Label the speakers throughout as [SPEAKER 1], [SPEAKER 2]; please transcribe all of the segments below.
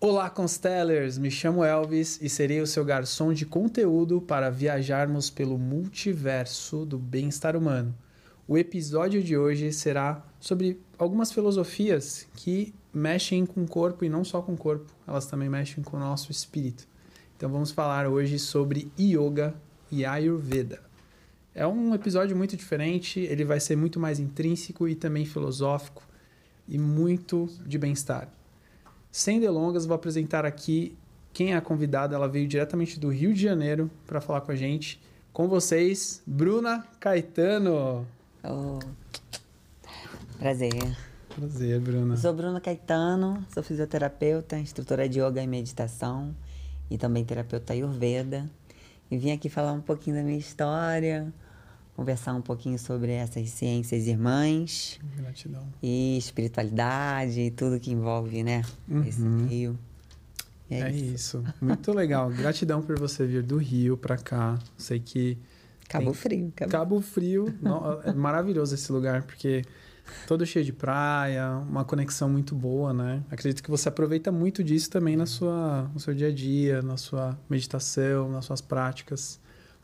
[SPEAKER 1] Olá, Constellers! Me chamo Elvis e serei o seu garçom de conteúdo para viajarmos pelo multiverso do bem-estar humano. O episódio de hoje será sobre algumas filosofias que mexem com o corpo e não só com o corpo, elas também mexem com o nosso espírito. Então vamos falar hoje sobre yoga e ayurveda. É um episódio muito diferente, ele vai ser muito mais intrínseco e também filosófico e muito de bem-estar. Sem delongas, vou apresentar aqui quem é a convidada. Ela veio diretamente do Rio de Janeiro para falar com a gente. Com vocês, Bruna Caetano.
[SPEAKER 2] Oh. Prazer.
[SPEAKER 1] Prazer, Bruna.
[SPEAKER 2] Sou Bruna Caetano, sou fisioterapeuta, instrutora de yoga e meditação e também terapeuta ayurveda. E vim aqui falar um pouquinho da minha história, conversar um pouquinho sobre essas ciências irmãs
[SPEAKER 1] Gratidão.
[SPEAKER 2] e espiritualidade e tudo que envolve, né? Esse meio. E
[SPEAKER 1] Uhum. É,
[SPEAKER 2] é isso.
[SPEAKER 1] isso. Muito legal. Gratidão por você vir do Rio para cá. Sei que
[SPEAKER 2] Cabo
[SPEAKER 1] Tem-
[SPEAKER 2] Frio. Cabo...
[SPEAKER 1] Cabo Frio, no- é maravilhoso esse lugar, porque todo cheio de praia, uma conexão muito boa, né? Acredito que você aproveita muito disso também na sua, no seu dia a dia, na sua meditação, nas suas práticas.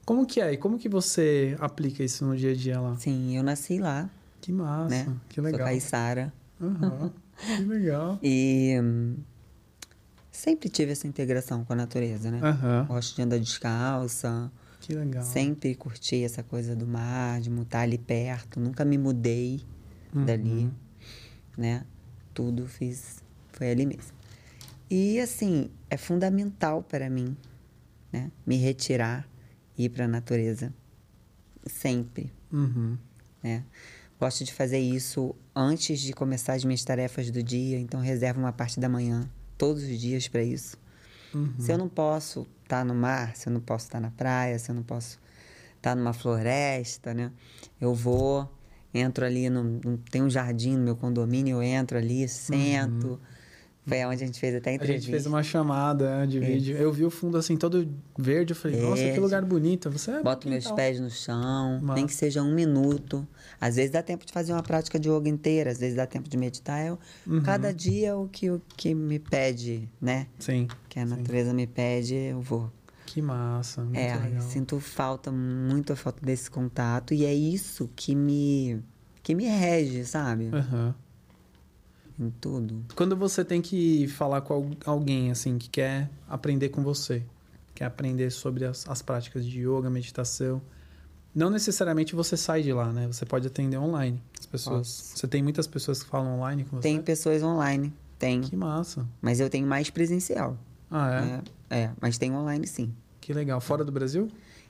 [SPEAKER 1] Como que é? E como que você aplica isso no dia a dia lá?
[SPEAKER 2] Sim, eu nasci lá,
[SPEAKER 1] Que massa,
[SPEAKER 2] né?
[SPEAKER 1] que legal.
[SPEAKER 2] Sou caiçara.
[SPEAKER 1] Aham, que legal.
[SPEAKER 2] E hum, sempre tive essa integração com a natureza, né?
[SPEAKER 1] Aham,
[SPEAKER 2] Gosto de andar descalça,
[SPEAKER 1] que legal.
[SPEAKER 2] Sempre curti essa coisa do mar, de estar ali perto. Nunca me mudei
[SPEAKER 1] Uhum,
[SPEAKER 2] dali, né? Tudo fiz, foi ali mesmo. E assim, é fundamental para mim, né? Me retirar e ir para a natureza. Sempre,
[SPEAKER 1] Uhum.
[SPEAKER 2] né? Gosto de fazer isso antes de começar as minhas tarefas do dia, então reservo uma parte da manhã todos os dias para isso.
[SPEAKER 1] Uhum.
[SPEAKER 2] Se eu não posso estar no mar, se eu não posso estar na praia, se eu não posso estar numa floresta, né? Eu vou, entro ali, num, num- tem um jardim no meu condomínio, eu entro ali, sento. Foi onde a gente fez até a
[SPEAKER 1] Uhum. A gente
[SPEAKER 2] entrevista. É.
[SPEAKER 1] fez uma chamada né, de vídeo. Eu vi o fundo assim, todo verde. Eu falei, nossa, que
[SPEAKER 2] Verde.
[SPEAKER 1] lugar bonito. Você é
[SPEAKER 2] Boto meus
[SPEAKER 1] quintal.
[SPEAKER 2] pés no chão,
[SPEAKER 1] Massa.
[SPEAKER 2] nem que seja um minuto. Às vezes dá tempo de fazer uma prática de yoga inteira, às vezes dá tempo de meditar. Eu,
[SPEAKER 1] Uhum.
[SPEAKER 2] Cada dia é o que, o que me pede, né?
[SPEAKER 1] Sim.
[SPEAKER 2] Que a
[SPEAKER 1] sim.
[SPEAKER 2] natureza me pede, eu vou.
[SPEAKER 1] Que massa, muito
[SPEAKER 2] É,
[SPEAKER 1] legal.
[SPEAKER 2] sinto falta, muito a falta desse contato. E é isso que me, que me rege, sabe?
[SPEAKER 1] Aham. É.
[SPEAKER 2] Em tudo.
[SPEAKER 1] Quando você tem que falar com al- alguém, assim, que quer aprender com você, quer aprender sobre as, as práticas de yoga, meditação, não necessariamente você sai de lá, né? Você pode atender online as pessoas.
[SPEAKER 2] Posso.
[SPEAKER 1] Você tem muitas pessoas que falam online com você? é?
[SPEAKER 2] Tem pessoas online, tem.
[SPEAKER 1] Que massa.
[SPEAKER 2] Mas eu tenho mais presencial.
[SPEAKER 1] Ah, é?
[SPEAKER 2] né? é mas tem online sim.
[SPEAKER 1] Que legal. Fora do Brasil?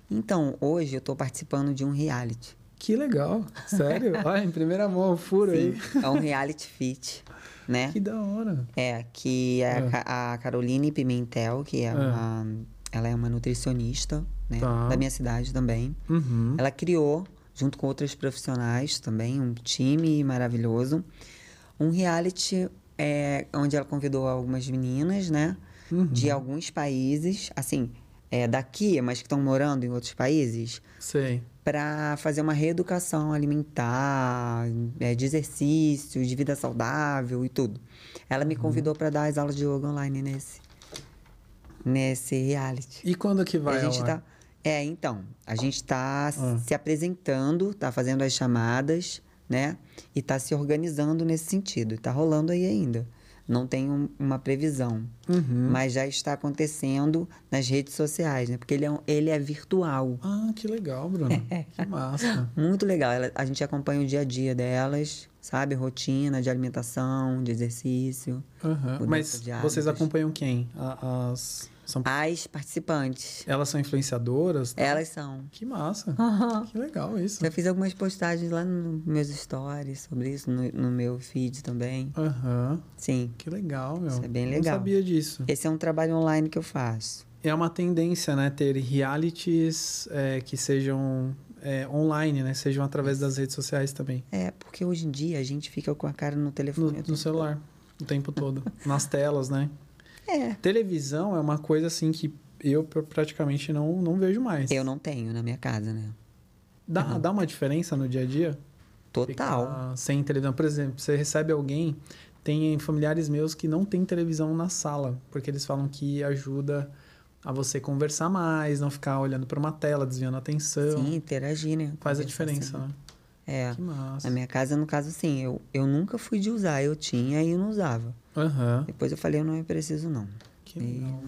[SPEAKER 2] Então, hoje eu tô participando de um reality.
[SPEAKER 1] Que legal. Sério? Olha, em primeira mão, furo aí.
[SPEAKER 2] É um reality fit, né?
[SPEAKER 1] Que da hora.
[SPEAKER 2] É, que é
[SPEAKER 1] Ah.
[SPEAKER 2] a Ca- a Caroline Pimentel, que é
[SPEAKER 1] Ah.
[SPEAKER 2] uma. Ela é uma nutricionista, né?
[SPEAKER 1] Tá.
[SPEAKER 2] Da minha cidade também.
[SPEAKER 1] Uhum.
[SPEAKER 2] Ela criou, junto com outros profissionais também, um time maravilhoso, um reality é, onde ela convidou algumas meninas, né?
[SPEAKER 1] Uhum.
[SPEAKER 2] De alguns países, assim, é, daqui, mas que estão morando em outros países,
[SPEAKER 1] Sei.
[SPEAKER 2] para fazer uma reeducação alimentar, é, de exercício, de vida saudável e tudo. Ela me convidou para dar as aulas de yoga online nesse, nesse reality.
[SPEAKER 1] E quando que vai
[SPEAKER 2] A gente
[SPEAKER 1] ao ar?
[SPEAKER 2] tá. É, então, a gente tá
[SPEAKER 1] Ah.
[SPEAKER 2] se apresentando, tá fazendo as chamadas, né? E tá se organizando nesse sentido. E tá rolando aí ainda. Não tem um- uma previsão.
[SPEAKER 1] Uhum.
[SPEAKER 2] Mas já está acontecendo nas redes sociais, né? Porque ele é, um- ele é virtual.
[SPEAKER 1] Ah, que legal, Bruno. que massa.
[SPEAKER 2] Muito legal. Ela- a gente acompanha o dia a dia delas, sabe? Rotina de alimentação, de exercício.
[SPEAKER 1] Aham,
[SPEAKER 2] Mudança
[SPEAKER 1] Mas
[SPEAKER 2] de
[SPEAKER 1] vocês
[SPEAKER 2] hábitos.
[SPEAKER 1] acompanham quem? A- As são
[SPEAKER 2] As participantes.
[SPEAKER 1] elas são influenciadoras?
[SPEAKER 2] Elas são.
[SPEAKER 1] Que massa. Que legal isso.
[SPEAKER 2] Já fiz algumas postagens lá nos meus stories sobre isso, no, no meu feed também.
[SPEAKER 1] Aham.
[SPEAKER 2] Sim.
[SPEAKER 1] Que legal, meu.
[SPEAKER 2] Isso é bem
[SPEAKER 1] Não
[SPEAKER 2] legal.
[SPEAKER 1] sabia disso.
[SPEAKER 2] Esse é um trabalho online que eu faço.
[SPEAKER 1] É uma tendência, né, ter realities é, que sejam é, online, né, sejam através das redes sociais também,
[SPEAKER 2] É, porque hoje em dia a gente fica com a cara no
[SPEAKER 1] no,
[SPEAKER 2] telefone.
[SPEAKER 1] no celular, o tempo todo, nas telas, né?
[SPEAKER 2] É.
[SPEAKER 1] Televisão é uma coisa assim que eu pr- praticamente não, não vejo mais.
[SPEAKER 2] Eu não tenho na minha casa, né?
[SPEAKER 1] Dá, dá uma diferença no dia a dia?
[SPEAKER 2] Total.
[SPEAKER 1] ficar sem televisão. Por exemplo, você recebe alguém. Tem familiares meus que não têm televisão na sala, porque eles falam que ajuda a você conversar mais, não ficar olhando para uma tela, desviando a atenção.
[SPEAKER 2] Sim, interagir, né?
[SPEAKER 1] Faz a
[SPEAKER 2] Conversar,
[SPEAKER 1] diferença,
[SPEAKER 2] sim.
[SPEAKER 1] né?
[SPEAKER 2] É.
[SPEAKER 1] Que massa.
[SPEAKER 2] Na minha casa, no caso, assim, eu, eu nunca fui de usar. Eu tinha e eu não usava.
[SPEAKER 1] Aham.
[SPEAKER 2] Depois eu falei, eu não preciso, não.
[SPEAKER 1] Que legal.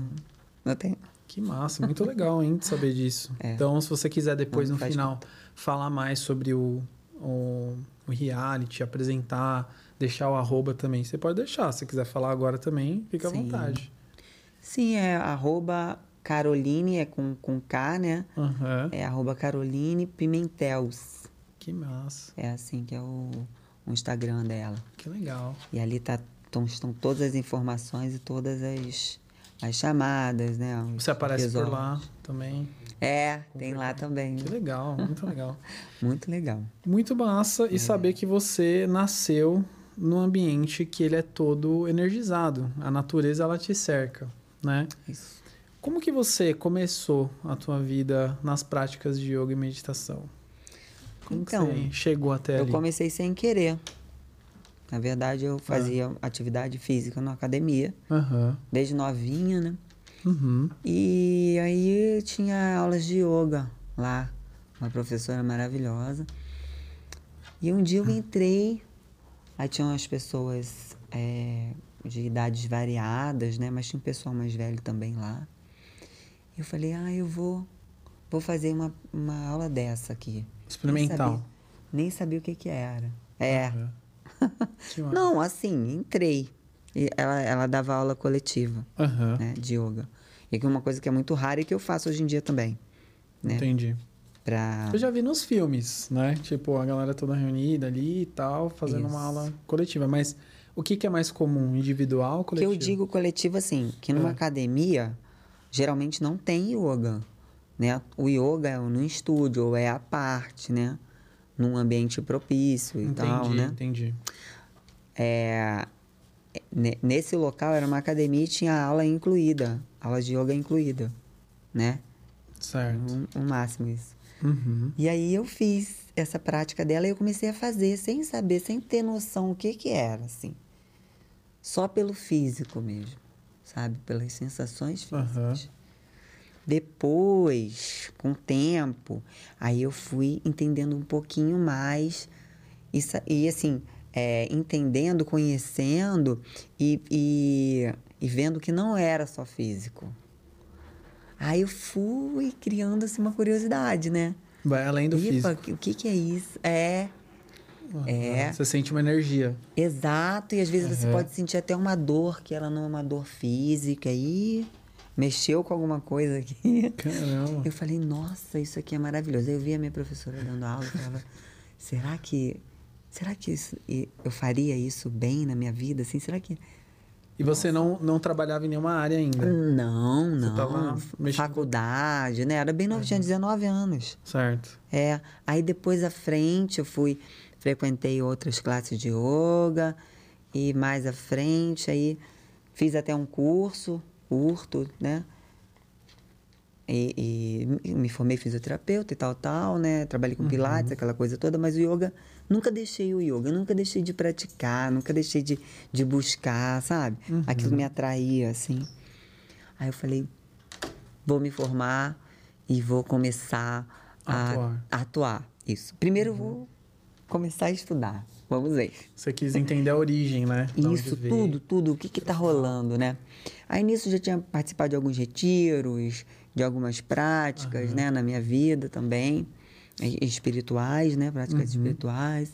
[SPEAKER 2] Não tem.
[SPEAKER 1] Que massa, muito legal, hein, de saber disso.
[SPEAKER 2] É.
[SPEAKER 1] Então, se você quiser depois,
[SPEAKER 2] Não
[SPEAKER 1] no
[SPEAKER 2] faz
[SPEAKER 1] final, falar mais sobre o, o, o reality, apresentar, deixar o arroba também, você pode deixar. Se quiser falar agora também, fica à
[SPEAKER 2] Sim.
[SPEAKER 1] vontade.
[SPEAKER 2] Sim, é arroba Caroline, é com, com K, né?
[SPEAKER 1] Aham.
[SPEAKER 2] É arroba Caroline Pimentels.
[SPEAKER 1] Que massa,
[SPEAKER 2] É assim que é o, o Instagram dela.
[SPEAKER 1] que legal.
[SPEAKER 2] E ali tá, tão, estão todas as informações e todas as, as chamadas, né? Os
[SPEAKER 1] Você aparece por
[SPEAKER 2] episódios.
[SPEAKER 1] lá também.
[SPEAKER 2] É, tem lá também.
[SPEAKER 1] Que legal, muito legal.
[SPEAKER 2] Muito legal.
[SPEAKER 1] Muito massa e saber que você nasceu num ambiente que ele é todo energizado. A natureza ela te cerca, né?
[SPEAKER 2] Isso.
[SPEAKER 1] Como que você começou a tua vida nas práticas de yoga e meditação? Como
[SPEAKER 2] Então,
[SPEAKER 1] que você chegou até
[SPEAKER 2] Eu
[SPEAKER 1] É ali? Ah.
[SPEAKER 2] comecei sem querer. Na verdade, eu fazia atividade física na academia,
[SPEAKER 1] Aham.
[SPEAKER 2] desde novinha, né?
[SPEAKER 1] Uhum.
[SPEAKER 2] E aí eu tinha aulas de yoga lá, uma professora maravilhosa. E um dia eu entrei, aí tinham as pessoas é, de idades variadas, né? Mas tinha um pessoal mais velho também lá. E eu falei, ah, eu vou, vou fazer uma, uma aula dessa aqui. Nem
[SPEAKER 1] Experimental.
[SPEAKER 2] sabia, nem sabia o que que era. É.
[SPEAKER 1] Aham. Que massa.
[SPEAKER 2] Não, assim, entrei. E ela, ela dava aula coletiva
[SPEAKER 1] Aham.
[SPEAKER 2] né, de yoga. E que é uma coisa que é muito rara e que eu faço hoje em dia também. né?
[SPEAKER 1] Entendi.
[SPEAKER 2] Pra...
[SPEAKER 1] Eu já vi nos filmes, né? Tipo, a galera toda reunida ali e tal, fazendo uma
[SPEAKER 2] Isso.
[SPEAKER 1] aula coletiva. Mas o que, que é mais comum? Individual ou
[SPEAKER 2] Que
[SPEAKER 1] coletivo?
[SPEAKER 2] eu digo coletivo assim, que numa
[SPEAKER 1] É.
[SPEAKER 2] academia geralmente não tem yoga, né? O yoga é no estúdio, ou é à parte, né? Num ambiente propício e
[SPEAKER 1] entendi,
[SPEAKER 2] tal, né?
[SPEAKER 1] entendi.
[SPEAKER 2] É, ne- nesse local era uma academia e tinha aula incluída, aula de yoga incluída, né?
[SPEAKER 1] Certo.
[SPEAKER 2] Um, um máximo isso.
[SPEAKER 1] Uhum.
[SPEAKER 2] E aí eu fiz essa prática dela e eu comecei a fazer sem saber, sem ter noção o que que era, assim. Só pelo físico mesmo, sabe? Pelas sensações físicas. Depois, com o tempo, aí eu fui entendendo um pouquinho mais e, sa- e, assim, é, entendendo, conhecendo e, e, e vendo que não era só físico. Aí eu fui criando assim, uma curiosidade, né?
[SPEAKER 1] Vai além do
[SPEAKER 2] Epa,
[SPEAKER 1] físico.
[SPEAKER 2] que- o que, que é isso? É, é.
[SPEAKER 1] Aham. Você sente uma energia.
[SPEAKER 2] exato. E às vezes você
[SPEAKER 1] Uhum.
[SPEAKER 2] pode sentir até uma dor, que ela não é uma dor física. E mexeu com alguma coisa aqui.
[SPEAKER 1] Caramba.
[SPEAKER 2] Eu falei, nossa, isso aqui é maravilhoso. Aí Eu vi a minha professora dando aula e falava, será que... Será que isso- e- eu faria isso bem na minha vida? Assim, será que...
[SPEAKER 1] E você não, não trabalhava em nenhuma área ainda,
[SPEAKER 2] Hum. Não,
[SPEAKER 1] É. Você tava
[SPEAKER 2] não.
[SPEAKER 1] mexendo-
[SPEAKER 2] Faculdade, né? Era bem novo, tinha 19 anos.
[SPEAKER 1] certo?
[SPEAKER 2] É, aí depois à frente eu fui, frequentei outras classes de yoga e mais à frente aí fiz até um curso curto, né? E, e me formei fisioterapeuta e tal, tal, né? Trabalhei com pilates, aquela coisa toda, mas o yoga, nunca deixei o yoga, nunca deixei de praticar, nunca deixei de, de buscar, sabe? Aquilo me atraía, assim. Aí eu falei, vou me formar e vou começar a
[SPEAKER 1] Atuar.
[SPEAKER 2] atuar. Isso. Primeiro eu vou começar a estudar. Vamos ver.
[SPEAKER 1] Você quis entender a origem, né? Da onde
[SPEAKER 2] Isso,
[SPEAKER 1] veio.
[SPEAKER 2] tudo, tudo, o que que tá rolando, né? Aí nisso eu já tinha participado de alguns retiros, de algumas práticas, né? Na minha vida também, e- e espirituais, né? Práticas espirituais.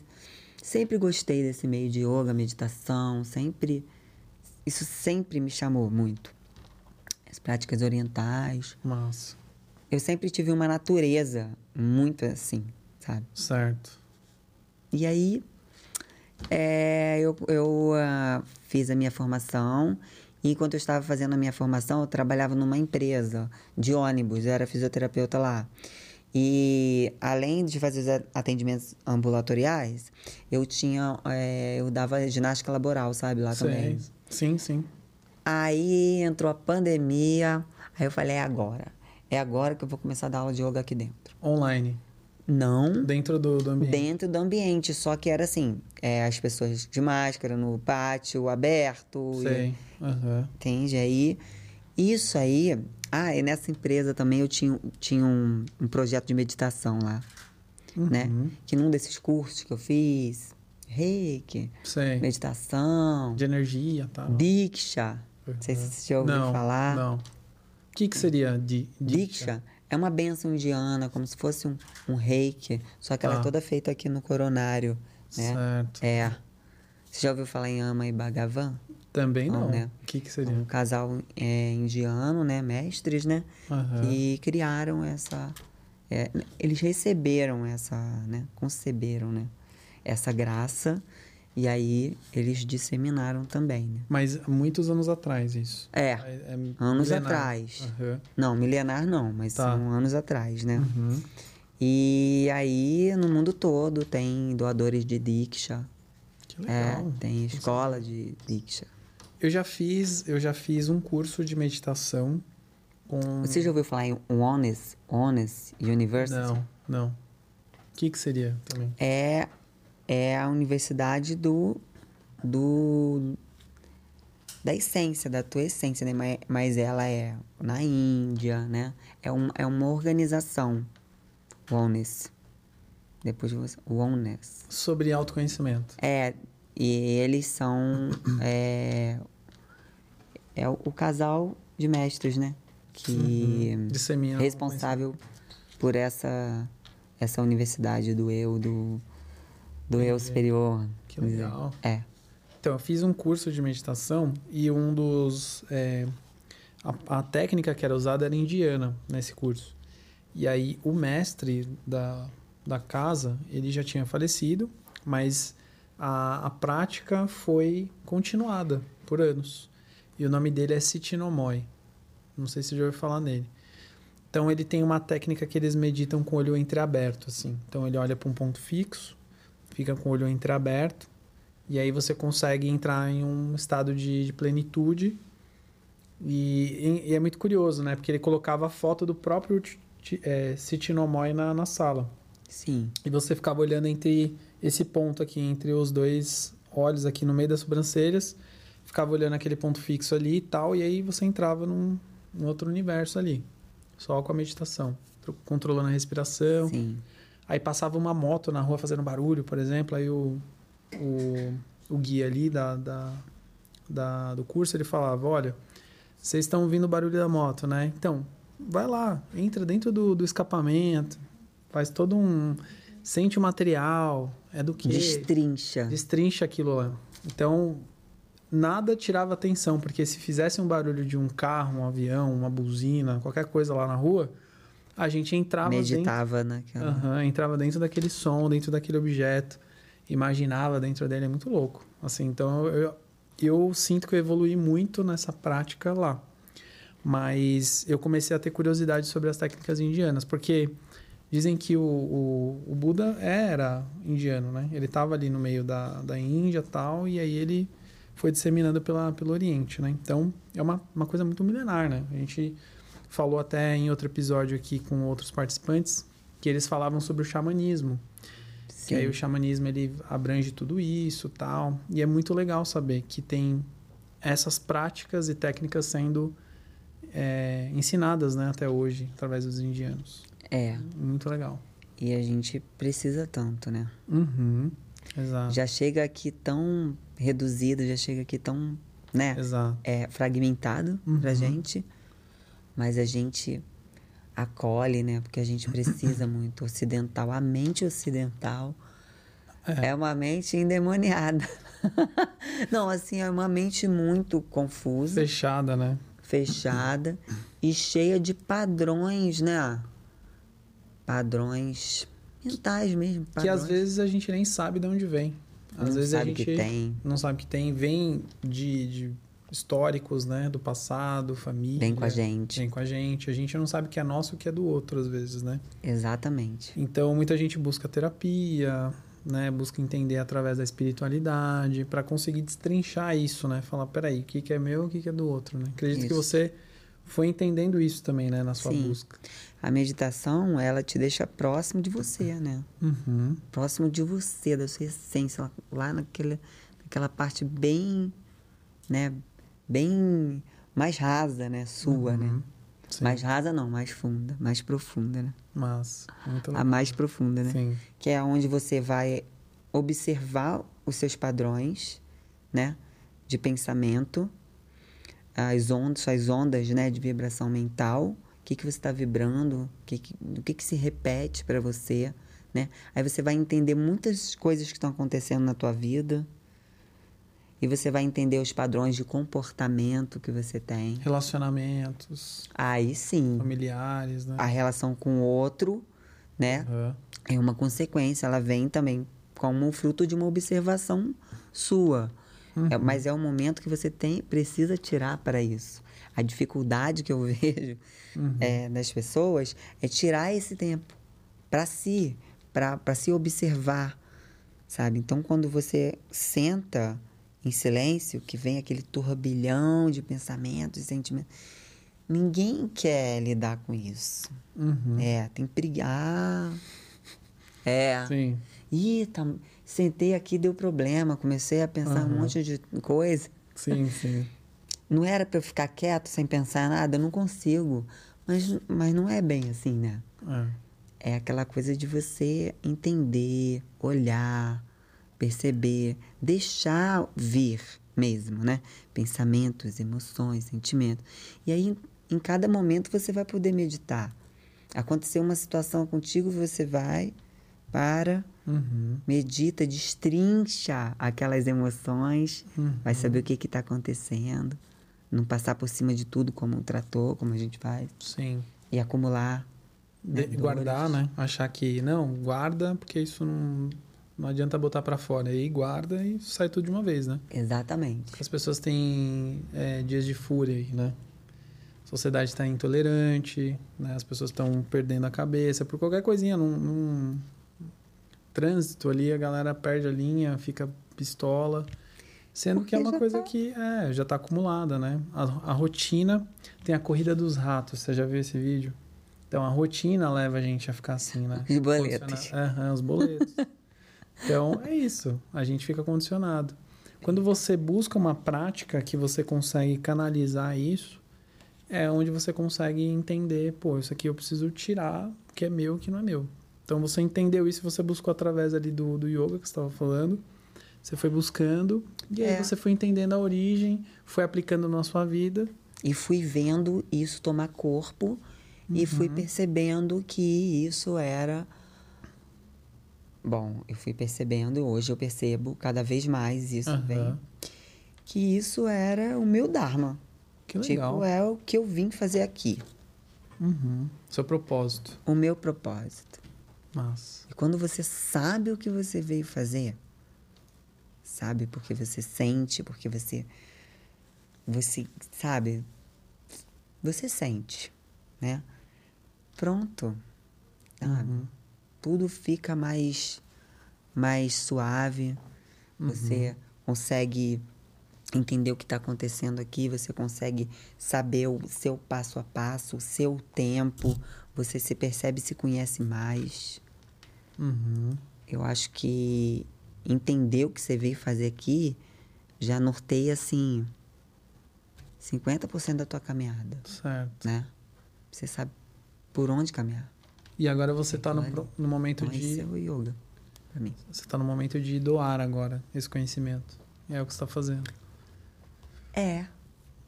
[SPEAKER 2] Sempre gostei desse meio de yoga, meditação, sempre... Isso sempre me chamou muito. As práticas orientais.
[SPEAKER 1] Massa.
[SPEAKER 2] Eu sempre tive uma natureza muito assim, sabe?
[SPEAKER 1] Certo.
[SPEAKER 2] E aí, é, eu, eu, ah, fiz a minha formação. E enquanto eu estava fazendo a minha formação, eu trabalhava numa empresa de ônibus, eu era fisioterapeuta lá. E além de fazer os a- atendimentos ambulatoriais, eu tinha, é, eu dava ginástica laboral, sabe, lá
[SPEAKER 1] Sei.
[SPEAKER 2] também.
[SPEAKER 1] Sim, sim.
[SPEAKER 2] Aí entrou a pandemia, aí eu falei, é agora. É agora que eu vou começar a dar aula de yoga aqui dentro.
[SPEAKER 1] Online.
[SPEAKER 2] Não
[SPEAKER 1] Dentro do, do ambiente.
[SPEAKER 2] dentro do ambiente, só que era assim, é, as pessoas de máscara no pátio aberto. e-
[SPEAKER 1] Sei. Aham.
[SPEAKER 2] Entende? Aí, isso aí. Ah, e nessa empresa também eu tinha, tinha um, um projeto de meditação lá, né?
[SPEAKER 1] Uhum.
[SPEAKER 2] Que num desses cursos que eu fiz, reiki,
[SPEAKER 1] Sei.
[SPEAKER 2] meditação,
[SPEAKER 1] De energia e tal.
[SPEAKER 2] diksha. Não sei se você já ouviu
[SPEAKER 1] é. não,
[SPEAKER 2] falar.
[SPEAKER 1] Não. O que, que seria di diksha?
[SPEAKER 2] Diksha é uma benção indiana, como se fosse um, um reiki, só que ela
[SPEAKER 1] Tá.
[SPEAKER 2] é toda feita aqui no coronário, né?
[SPEAKER 1] Certo.
[SPEAKER 2] É. Você já ouviu falar em Ama e Bhagavan?
[SPEAKER 1] Também
[SPEAKER 2] Não,
[SPEAKER 1] não.
[SPEAKER 2] né?
[SPEAKER 1] O que, que
[SPEAKER 2] Um
[SPEAKER 1] seria?
[SPEAKER 2] casal é, indiano, né? Mestres, né?
[SPEAKER 1] Aham.
[SPEAKER 2] que criaram essa. é, eles receberam essa, né? Conceberam, né? Essa graça. E aí eles disseminaram também, né?
[SPEAKER 1] Mas há muitos anos atrás, isso.
[SPEAKER 2] É.
[SPEAKER 1] É
[SPEAKER 2] Anos
[SPEAKER 1] milenar.
[SPEAKER 2] atrás.
[SPEAKER 1] Aham.
[SPEAKER 2] Não, milenar não, mas
[SPEAKER 1] Tá.
[SPEAKER 2] são anos atrás, né?
[SPEAKER 1] Uhum.
[SPEAKER 2] E aí no mundo todo tem doadores de Diksha.
[SPEAKER 1] Que legal.
[SPEAKER 2] É, tem escola de Diksha.
[SPEAKER 1] Eu já fiz, eu já fiz um curso de meditação com
[SPEAKER 2] Você já ouviu falar em Ones, Ones University?
[SPEAKER 1] Não, não. O que que seria também?
[SPEAKER 2] é, é a universidade do, do da essência, da tua essência, né? Mas, mas ela é na Índia, né? É, um, é uma organização, Wellness. Depois você... Wellness.
[SPEAKER 1] Sobre autoconhecimento.
[SPEAKER 2] É, e eles são... É, é o, o casal de mestres, né? Que
[SPEAKER 1] Uhum. Dissemina
[SPEAKER 2] responsável por essa essa universidade do eu do do eu superior
[SPEAKER 1] Que
[SPEAKER 2] vamos dizer.
[SPEAKER 1] legal.
[SPEAKER 2] é
[SPEAKER 1] Então, eu fiz um curso de meditação e um dos. é, a, a técnica que era usada era indiana nesse curso. E aí, o mestre da, da casa, ele já tinha falecido, mas a, a prática foi continuada por anos. E o nome dele é Sitinomoy. Não sei se você já ouviu falar nele. Então, ele tem uma técnica que eles meditam com o olho entreaberto, assim. Então, ele olha para um ponto fixo, fica com o olho entreaberto, e aí você consegue entrar em um estado de, de plenitude. E, e- e é muito curioso, né? Porque ele colocava a foto do próprio Ti- Ti- eh, Sitinomoy na, na sala.
[SPEAKER 2] sim
[SPEAKER 1] E você ficava olhando entre esse ponto aqui, entre os dois olhos aqui no meio das sobrancelhas. Ficava olhando aquele ponto fixo ali e tal. E aí você entrava num, num outro universo ali. Só com a meditação. tro- Controlando a respiração.
[SPEAKER 2] sim
[SPEAKER 1] Aí passava uma moto na rua fazendo barulho, por exemplo, aí o, o, o guia ali da, da, da- do curso, ele falava, olha, vocês estão ouvindo o barulho da moto, né? Então, vai lá, entra dentro do, do escapamento, faz todo um... Sente o material, é do que...
[SPEAKER 2] destrincha
[SPEAKER 1] Destrincha aquilo lá. Então, nada tirava atenção, porque se fizesse um barulho de um carro, um avião, uma buzina, qualquer coisa lá na rua, a gente entrava dentro...
[SPEAKER 2] meditava naquela
[SPEAKER 1] Aham, entrava dentro daquele som, dentro daquele objeto, imaginava dentro dele, é muito louco. Assim, então eu, eu sinto que eu evoluí muito nessa prática lá. Mas eu comecei a ter curiosidade sobre as técnicas indianas, porque dizem que o, o, o Buda é, era indiano, né? Ele estava ali no meio da, da Índia e tal, e aí ele foi disseminando pela, pelo Oriente, né? Então, é uma, uma coisa muito milenar, né? A gente falou até em outro episódio aqui com outros participantes que eles falavam sobre o xamanismo. Ah, Que aí
[SPEAKER 2] sim
[SPEAKER 1] o xamanismo ele abrange tudo isso, tal. E é muito legal saber que tem essas práticas e técnicas sendo é, ensinadas, né, até hoje através dos indianos.
[SPEAKER 2] é
[SPEAKER 1] Muito legal.
[SPEAKER 2] e a gente precisa tanto né
[SPEAKER 1] Uhum. Exato.
[SPEAKER 2] já chega aqui tão reduzido já chega aqui tão né
[SPEAKER 1] Exato.
[SPEAKER 2] é fragmentado
[SPEAKER 1] Uhum.
[SPEAKER 2] pra gente, mas a gente acolhe, né? Porque a gente precisa muito. Ocidental, a mente ocidental é, uma mente endemoniada. Não, assim, é uma mente muito confusa,
[SPEAKER 1] Fechada, né?
[SPEAKER 2] fechada e cheia de padrões, né? Padrões mentais mesmo. Padrões.
[SPEAKER 1] Que às vezes a gente nem sabe de onde vem. Às
[SPEAKER 2] Não
[SPEAKER 1] vezes
[SPEAKER 2] sabe
[SPEAKER 1] a
[SPEAKER 2] que
[SPEAKER 1] gente
[SPEAKER 2] tem.
[SPEAKER 1] não sabe que tem, vem de, de históricos, né, do passado, família.
[SPEAKER 2] Vem com a gente.
[SPEAKER 1] Vem com a gente. A gente não sabe o que é nosso e o que é do outro às vezes, né?
[SPEAKER 2] Exatamente.
[SPEAKER 1] Então, muita gente busca terapia, né? Busca entender através da espiritualidade para conseguir destrinchar isso, né? Falar, peraí, o que, que é meu, o que, que é do outro, né? Acredito que
[SPEAKER 2] Isso.
[SPEAKER 1] você foi entendendo isso também, né, na sua
[SPEAKER 2] Sim.
[SPEAKER 1] busca.
[SPEAKER 2] A meditação, ela te deixa próximo de você, né?
[SPEAKER 1] Uhum.
[SPEAKER 2] Próximo de você, da sua essência, lá- lá naquela, naquela parte bem, né? Bem mais rasa, né? Sua, né?
[SPEAKER 1] Uhum, Sim.
[SPEAKER 2] Mais rasa não, mais funda, mais profunda, né?
[SPEAKER 1] Mas, muito
[SPEAKER 2] A mais profunda, né?
[SPEAKER 1] Sim.
[SPEAKER 2] que é onde você vai observar os seus padrões, né, de pensamento, as ondas, suas ondas, né, de vibração mental, o que que você está vibrando, o que que, o que que se repete para você, né? Aí você vai entender muitas coisas que estão acontecendo na tua vida e você vai entender os padrões de comportamento que você tem.
[SPEAKER 1] Relacionamentos
[SPEAKER 2] Aí sim,
[SPEAKER 1] familiares, né?
[SPEAKER 2] a relação com o outro, né?
[SPEAKER 1] Aham.
[SPEAKER 2] é uma consequência, ela vem também como fruto de uma observação sua. É, mas é um momento que você tem precisa tirar para isso. A dificuldade que eu vejo
[SPEAKER 1] Uhum.
[SPEAKER 2] é, das pessoas é tirar esse tempo para si, para se observar, sabe? Então, quando você senta em silêncio, que vem aquele turbilhão de pensamentos, de sentimentos, ninguém quer lidar com isso.
[SPEAKER 1] Uhum.
[SPEAKER 2] É, tem briga. Ah, É.
[SPEAKER 1] Sim.
[SPEAKER 2] Ih, tá... sentei aqui, deu problema. Comecei a pensar um
[SPEAKER 1] Aham.
[SPEAKER 2] monte de coisa.
[SPEAKER 1] Sim, sim.
[SPEAKER 2] Não era pra eu ficar quieto sem pensar nada, eu não consigo. Mas, mas não é bem assim, né?
[SPEAKER 1] É.
[SPEAKER 2] É aquela coisa de você entender, olhar, perceber, deixar vir mesmo, né? Pensamentos, emoções, sentimentos. E aí, em cada momento, você vai poder meditar. Aconteceu uma situação contigo, você vai, para,
[SPEAKER 1] Uhum.
[SPEAKER 2] medita, destrincha aquelas emoções,
[SPEAKER 1] Uhum.
[SPEAKER 2] vai saber o que está acontecendo, não passar por cima de tudo como um trator, como a gente faz,
[SPEAKER 1] Sim.
[SPEAKER 2] e acumular.
[SPEAKER 1] De-
[SPEAKER 2] né,
[SPEAKER 1] guardar,
[SPEAKER 2] dores.
[SPEAKER 1] né? Achar que não, guarda, porque isso não, não adianta botar pra fora. Aí guarda e sai tudo de uma vez, né?
[SPEAKER 2] Exatamente.
[SPEAKER 1] As pessoas têm é, dias de fúria aí, né? A sociedade está intolerante, né? as pessoas estão perdendo a cabeça por qualquer coisinha. Num, num trânsito ali, a galera perde a linha, fica pistola. Sendo que é
[SPEAKER 2] Porque
[SPEAKER 1] uma
[SPEAKER 2] já
[SPEAKER 1] coisa
[SPEAKER 2] tá-
[SPEAKER 1] que é, já está acumulada, né? A, a rotina tem a corrida dos ratos, você já viu esse vídeo? Então a rotina leva a gente a ficar assim, né?
[SPEAKER 2] Os boletos.
[SPEAKER 1] Condiciona- Aham, os boletos. então é isso. A gente fica condicionado. Quando você busca uma prática que você consegue canalizar isso, é onde você consegue entender, pô, isso aqui eu preciso tirar, que é meu, que não é meu. Então você entendeu isso, você buscou através ali do, do yoga que você estava falando. Você foi buscando, e aí
[SPEAKER 2] É.
[SPEAKER 1] você foi entendendo a origem, foi aplicando na sua vida.
[SPEAKER 2] E fui vendo isso tomar corpo e fui
[SPEAKER 1] Uhum.
[SPEAKER 2] percebendo que isso era. Bom, eu fui percebendo, hoje eu percebo cada vez mais isso
[SPEAKER 1] Aham.
[SPEAKER 2] vem. Que isso era o meu Dharma.
[SPEAKER 1] Que legal.
[SPEAKER 2] Tipo, é o que eu vim fazer aqui,
[SPEAKER 1] Uhum. Seu propósito.
[SPEAKER 2] o meu propósito.
[SPEAKER 1] Mas.
[SPEAKER 2] E quando você sabe o que você veio fazer, sabe porque você sente, porque você você sabe, você sente, né? Pronto. sabe?
[SPEAKER 1] Uhum,
[SPEAKER 2] Tudo fica mais mais suave. Você consegue entender o que está acontecendo aqui, você consegue saber o seu passo a passo, o seu tempo, você se percebe, se conhece mais.
[SPEAKER 1] Uhum.
[SPEAKER 2] Eu acho que entender o que você veio fazer aqui já norteia, assim, 50% da tua caminhada,
[SPEAKER 1] Certo.
[SPEAKER 2] né? Você sabe por onde caminhar.
[SPEAKER 1] E agora você está no,
[SPEAKER 2] Olha.
[SPEAKER 1] pro- no momento
[SPEAKER 2] Então, esse
[SPEAKER 1] de
[SPEAKER 2] é o yoga pra mim.
[SPEAKER 1] você tá no momento de doar agora esse conhecimento. É o que você está fazendo.
[SPEAKER 2] É.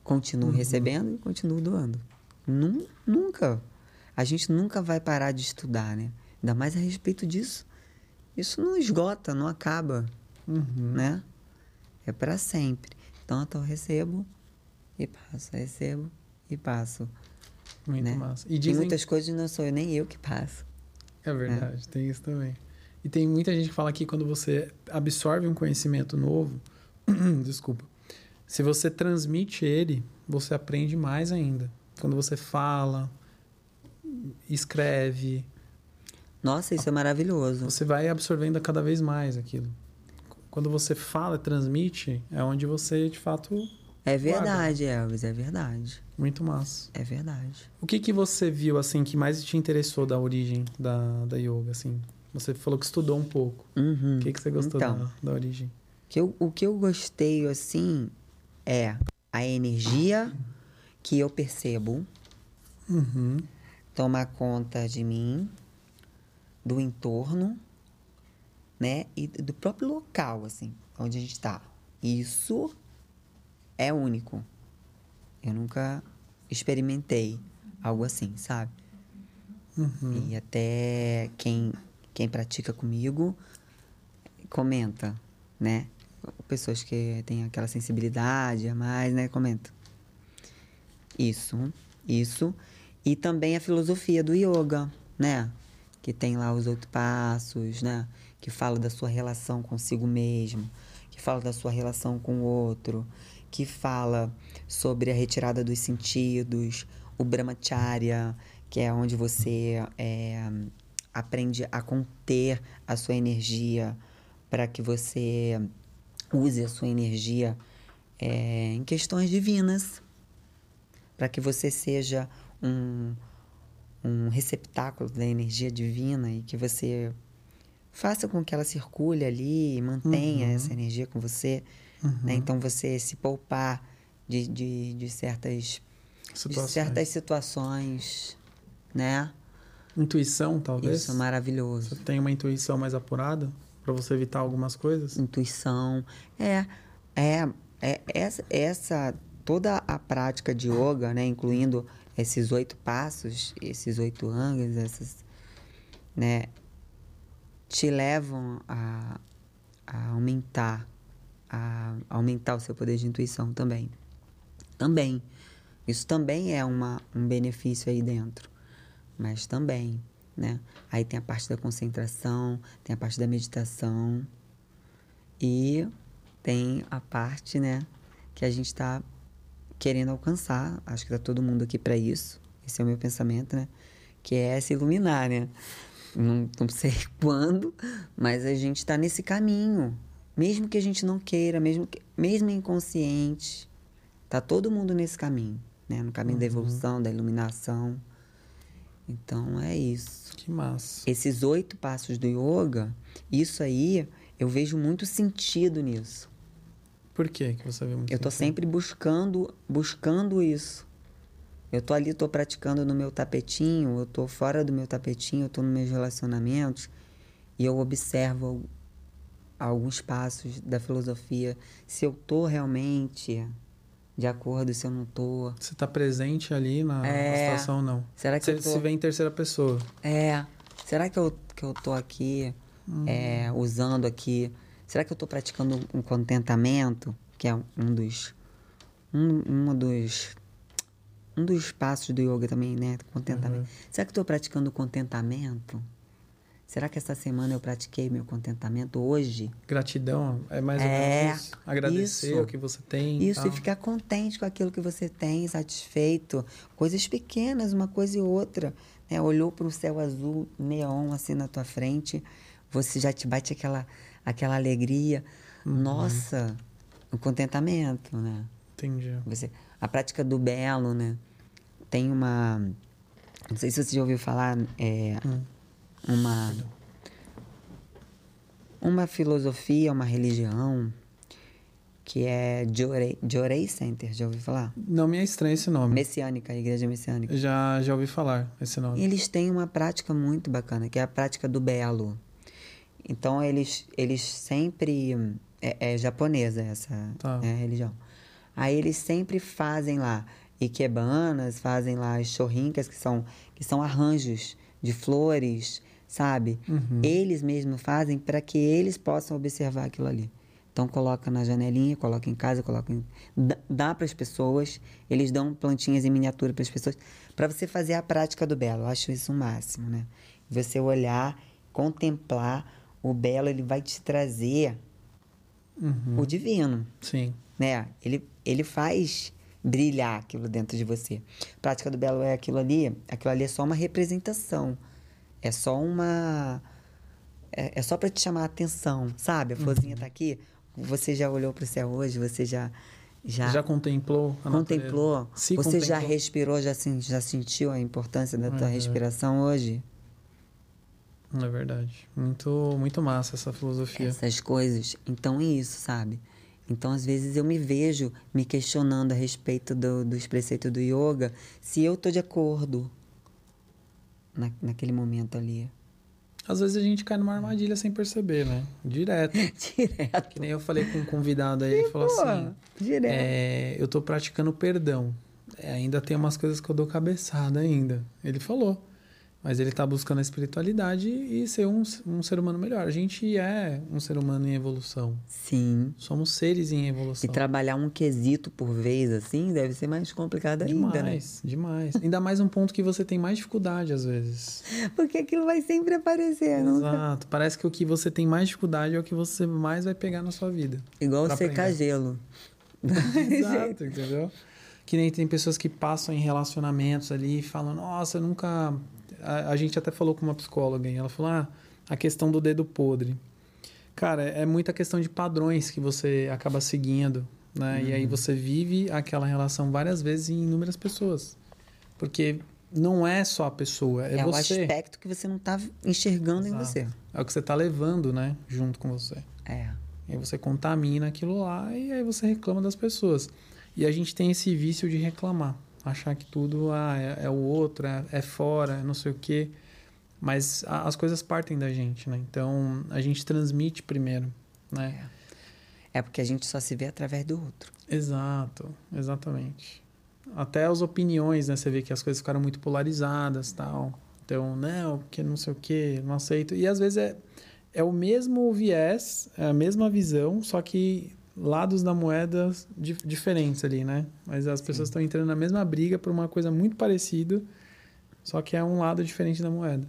[SPEAKER 2] Continuo recebendo e continuo doando. Nun- nunca. A gente nunca vai parar de estudar, né? Ainda mais a respeito disso. Isso não esgota, não acaba,
[SPEAKER 1] Uhum.
[SPEAKER 2] né? É para sempre. Tanto eu recebo e passo, recebo e passo.
[SPEAKER 1] Muito
[SPEAKER 2] Né?
[SPEAKER 1] massa. E
[SPEAKER 2] Tem
[SPEAKER 1] dizem
[SPEAKER 2] muitas coisas não sou eu, nem eu que passo.
[SPEAKER 1] É verdade, tem isso também. E tem muita gente que fala que quando você absorve um conhecimento novo, desculpa, se você transmite ele, você aprende mais ainda. Quando você fala, escreve,
[SPEAKER 2] Nossa, isso é maravilhoso.
[SPEAKER 1] você vai absorvendo cada vez mais aquilo. Quando você fala e transmite, é onde você de fato
[SPEAKER 2] É verdade, Elvis, é verdade.
[SPEAKER 1] Muito massa.
[SPEAKER 2] É verdade.
[SPEAKER 1] O que que você viu, assim, que mais te interessou da origem da, da yoga, assim? Você falou que estudou um pouco.
[SPEAKER 2] Uhum.
[SPEAKER 1] O que que você gostou
[SPEAKER 2] Então.
[SPEAKER 1] da, da origem?
[SPEAKER 2] que eu- o que eu gostei assim é a energia que eu percebo
[SPEAKER 1] Uhum.
[SPEAKER 2] tomar conta de mim, do entorno, né? E do próprio local, assim, onde a gente está. Isso é único. Eu nunca experimentei algo assim, sabe? E até quem, quem pratica comigo comenta, né? Pessoas que têm aquela sensibilidade a mais, né? Comenta. Isso, isso. E também a filosofia do yoga, né? Que tem lá os oito passos, né? Que fala da sua relação consigo mesmo, que fala da sua relação com o outro, que fala sobre a retirada dos sentidos, o brahmacharya, que é onde você é, aprende a conter a sua energia para que você use a sua energia é, em questões divinas para que você seja um, um receptáculo da energia divina e que você faça com que ela circule ali e mantenha
[SPEAKER 1] Uhum.
[SPEAKER 2] essa energia com você. né? Então, você se poupar de, de, de certas, de
[SPEAKER 1] Situações.
[SPEAKER 2] certas situações, né?
[SPEAKER 1] Intuição, talvez?
[SPEAKER 2] Isso é maravilhoso.
[SPEAKER 1] Você tem uma intuição mais apurada pra você evitar algumas coisas?
[SPEAKER 2] Hum. intuição. É, é, é essa, essa toda a prática de yoga, né, incluindo esses oito passos, esses oito angas, essas, né, te levam a, a aumentar, a aumentar o seu poder de intuição também. Também. Isso também é uma, um benefício aí dentro. Mas também, né? Aí tem a parte da concentração, tem a parte da meditação, e tem a parte, né, que a gente está querendo alcançar. Acho que tá todo mundo aqui para isso. Esse é o meu pensamento, né? Que é se iluminar, né? Não, não sei quando, mas a gente está nesse caminho. Mesmo que a gente não queira, mesmo, que, mesmo inconsciente, tá todo mundo nesse caminho, né? No caminho da evolução, da iluminação. Então é isso
[SPEAKER 1] Que massa.
[SPEAKER 2] esses oito passos do yoga, isso aí, eu vejo muito sentido nisso.
[SPEAKER 1] Por que que você viu muito
[SPEAKER 2] Eu tô
[SPEAKER 1] sentido?
[SPEAKER 2] sempre buscando, buscando isso. Eu tô ali, tô praticando no meu tapetinho, eu tô fora do meu tapetinho, eu tô nos meus relacionamentos e eu observo al- alguns passos da filosofia, se eu tô realmente de acordo, se eu não tô.
[SPEAKER 1] Você tá presente ali na, na
[SPEAKER 2] É.
[SPEAKER 1] situação ou não?
[SPEAKER 2] Será que
[SPEAKER 1] Você
[SPEAKER 2] eu tô...
[SPEAKER 1] se vê em terceira pessoa.
[SPEAKER 2] É. Será que eu, que eu tô aqui é, usando aqui? Será que eu tô praticando um contentamento? Que é um dos. Um, uma dos. Um dos passos do yoga também, né? Contentamento. Será que eu tô praticando contentamento? Será que essa semana eu pratiquei meu contentamento hoje?
[SPEAKER 1] Gratidão é mais ou
[SPEAKER 2] É,
[SPEAKER 1] menos isso. Agradecer
[SPEAKER 2] isso.
[SPEAKER 1] o que você tem. e
[SPEAKER 2] Isso,
[SPEAKER 1] tal.
[SPEAKER 2] e ficar contente com aquilo que você tem, satisfeito. Coisas pequenas, uma coisa e outra. né? Olhou para o céu azul, neon, assim na tua frente, você já te bate aquela, aquela alegria. Nossa, o contentamento, né?
[SPEAKER 1] Entendi.
[SPEAKER 2] Você, a prática do belo, né? Tem uma... Não sei se você já ouviu falar, é, uma... Uma filosofia, uma religião, que é Jorei, Jorei Center, já ouviu falar?
[SPEAKER 1] Não me é estranho esse nome.
[SPEAKER 2] Messiânica, a igreja messiânica.
[SPEAKER 1] Já, já ouvi falar esse nome.
[SPEAKER 2] Eles têm uma prática muito bacana, que é a prática do belo. Então, eles, eles sempre... hum, É, é japonesa essa
[SPEAKER 1] Tá.
[SPEAKER 2] né, religião. Aí, eles sempre fazem lá ikebanas, fazem lá as chorrincas, que são, que são arranjos de flores, sabe?
[SPEAKER 1] Uhum.
[SPEAKER 2] Eles mesmos fazem para que eles possam observar aquilo ali. Então, coloca na janelinha, coloca em casa, coloca em... Dá, dá para as pessoas, eles dão plantinhas em miniatura para as pessoas, para você fazer a prática do belo. Eu acho isso o máximo, né? Você olhar, contemplar o belo, ele vai te trazer
[SPEAKER 1] Uhum.
[SPEAKER 2] o divino
[SPEAKER 1] Sim.
[SPEAKER 2] né? Ele, ele faz brilhar aquilo dentro de você. Prática do belo é aquilo ali, aquilo ali é só uma representação. É só uma. É, é só
[SPEAKER 1] Uhum.
[SPEAKER 2] para te chamar a atenção, sabe? A florzinha tá aqui, você já olhou pro céu hoje, você já Já,
[SPEAKER 1] Já contemplou a natureza?
[SPEAKER 2] contemplou?
[SPEAKER 1] Se
[SPEAKER 2] Você já
[SPEAKER 1] contemplou.
[SPEAKER 2] respirou, já, sen- já sentiu a importância da tua
[SPEAKER 1] Uhum.
[SPEAKER 2] respiração hoje?
[SPEAKER 1] É verdade. Muito, muito massa essa filosofia.
[SPEAKER 2] Essas coisas. Então é isso, sabe? Então, às vezes, eu me vejo me questionando a respeito do- dos preceitos do yoga, se eu tô de acordo na, naquele momento ali.
[SPEAKER 1] Às vezes a gente cai numa armadilha sem perceber, né? Direto.
[SPEAKER 2] Direto.
[SPEAKER 1] Que nem eu falei com um convidado aí, ele falou
[SPEAKER 2] Pô,
[SPEAKER 1] assim:
[SPEAKER 2] direto.
[SPEAKER 1] é, eu tô praticando perdão. É, ainda tem umas coisas que eu dou cabeçada ainda. Ele falou. Mas ele tá buscando a espiritualidade e ser um, um ser humano melhor. A gente é um ser humano em evolução.
[SPEAKER 2] Sim.
[SPEAKER 1] Somos seres em
[SPEAKER 2] E
[SPEAKER 1] evolução.
[SPEAKER 2] trabalhar um quesito por vez, assim, deve ser mais complicado ainda, né?
[SPEAKER 1] demais, demais. Ainda mais um ponto que você tem mais dificuldade às vezes.
[SPEAKER 2] Porque aquilo vai sempre aparecer. É, Não?
[SPEAKER 1] Exato. Parece que o que você tem mais dificuldade é o que você mais vai pegar na sua vida.
[SPEAKER 2] Igual
[SPEAKER 1] Pra
[SPEAKER 2] secar
[SPEAKER 1] aprender.
[SPEAKER 2] gelo.
[SPEAKER 1] Exato, entendeu? Que nem tem pessoas que passam em relacionamentos ali e falam, nossa, eu nunca. A, a gente até falou com uma psicóloga e ela falou, ah, a questão do dedo podre. Cara, é muita questão de padrões que você acaba seguindo, né? E aí você vive aquela relação várias vezes em inúmeras pessoas. Porque não é só a pessoa, é,
[SPEAKER 2] É, o
[SPEAKER 1] você.
[SPEAKER 2] aspecto que você não tá enxergando em
[SPEAKER 1] Exato.
[SPEAKER 2] você.
[SPEAKER 1] É o que você tá levando, né? Junto com você.
[SPEAKER 2] É.
[SPEAKER 1] E aí você contamina aquilo lá e aí você reclama das pessoas. E a gente tem esse vício de reclamar. Achar que tudo ah, é, é o outro, é, é fora, é não sei o quê. Mas a- as coisas partem da gente, né? Então a gente transmite primeiro, né?
[SPEAKER 2] É porque a gente só se vê através do outro.
[SPEAKER 1] Exato, exatamente. Até as opiniões, né? Você vê que as coisas ficaram muito polarizadas tal. Então, não, porque não sei o quê, não aceito. E às vezes é, é o mesmo viés, é a mesma visão, só que lados da moeda di- diferentes ali, né? Mas as pessoas estão entrando na mesma briga por uma coisa muito parecida, só que é um lado diferente da moeda.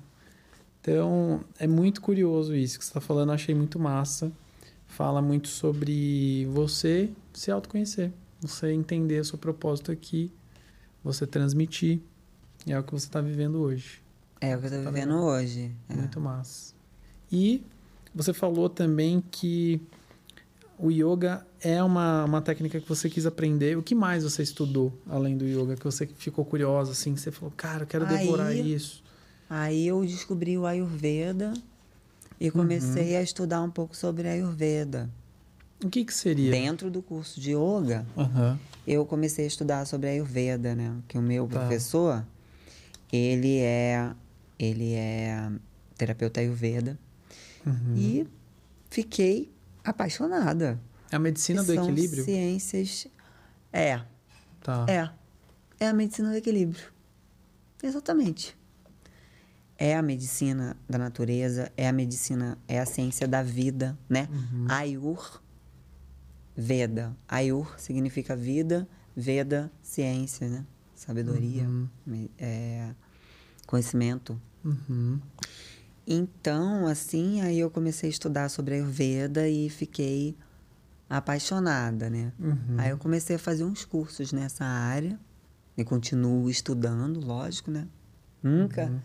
[SPEAKER 1] Então, é muito curioso isso que você está falando, eu achei muito massa. Fala muito sobre você se autoconhecer, você entender o seu propósito aqui, você transmitir, e é o que você está vivendo hoje.
[SPEAKER 2] É o que eu tô
[SPEAKER 1] Tá Né?
[SPEAKER 2] vivendo hoje. É.
[SPEAKER 1] Muito massa. E você falou também que o yoga é uma, uma técnica que você quis aprender. O que mais você estudou além do yoga? Que você ficou curiosa, assim, que você falou, cara, eu quero
[SPEAKER 2] Aí-
[SPEAKER 1] devorar isso.
[SPEAKER 2] Aí eu descobri o Ayurveda e
[SPEAKER 1] Uhum.
[SPEAKER 2] comecei a estudar um pouco sobre Ayurveda.
[SPEAKER 1] O que que seria?
[SPEAKER 2] Dentro do curso de yoga,
[SPEAKER 1] Aham.
[SPEAKER 2] eu comecei a estudar sobre Ayurveda, né? Que o meu
[SPEAKER 1] Tá.
[SPEAKER 2] professor, ele é ele é terapeuta Ayurveda
[SPEAKER 1] Uhum.
[SPEAKER 2] e fiquei apaixonada.
[SPEAKER 1] É a medicina
[SPEAKER 2] Que
[SPEAKER 1] do
[SPEAKER 2] são
[SPEAKER 1] equilíbrio?
[SPEAKER 2] Ciências é,
[SPEAKER 1] Tá.
[SPEAKER 2] é. É a medicina do equilíbrio. Exatamente. É a medicina da natureza, é a medicina, é a ciência da vida, né?
[SPEAKER 1] Uhum.
[SPEAKER 2] Ayur Veda. Ayur significa vida, Veda, ciência, né? Sabedoria, me- é, conhecimento.
[SPEAKER 1] Uhum.
[SPEAKER 2] Então, assim, aí eu comecei a estudar sobre Ayurveda e fiquei apaixonada, né?
[SPEAKER 1] Uhum.
[SPEAKER 2] Aí eu comecei a fazer uns cursos nessa área e continuo estudando, lógico, né? Nunca.
[SPEAKER 1] Uhum.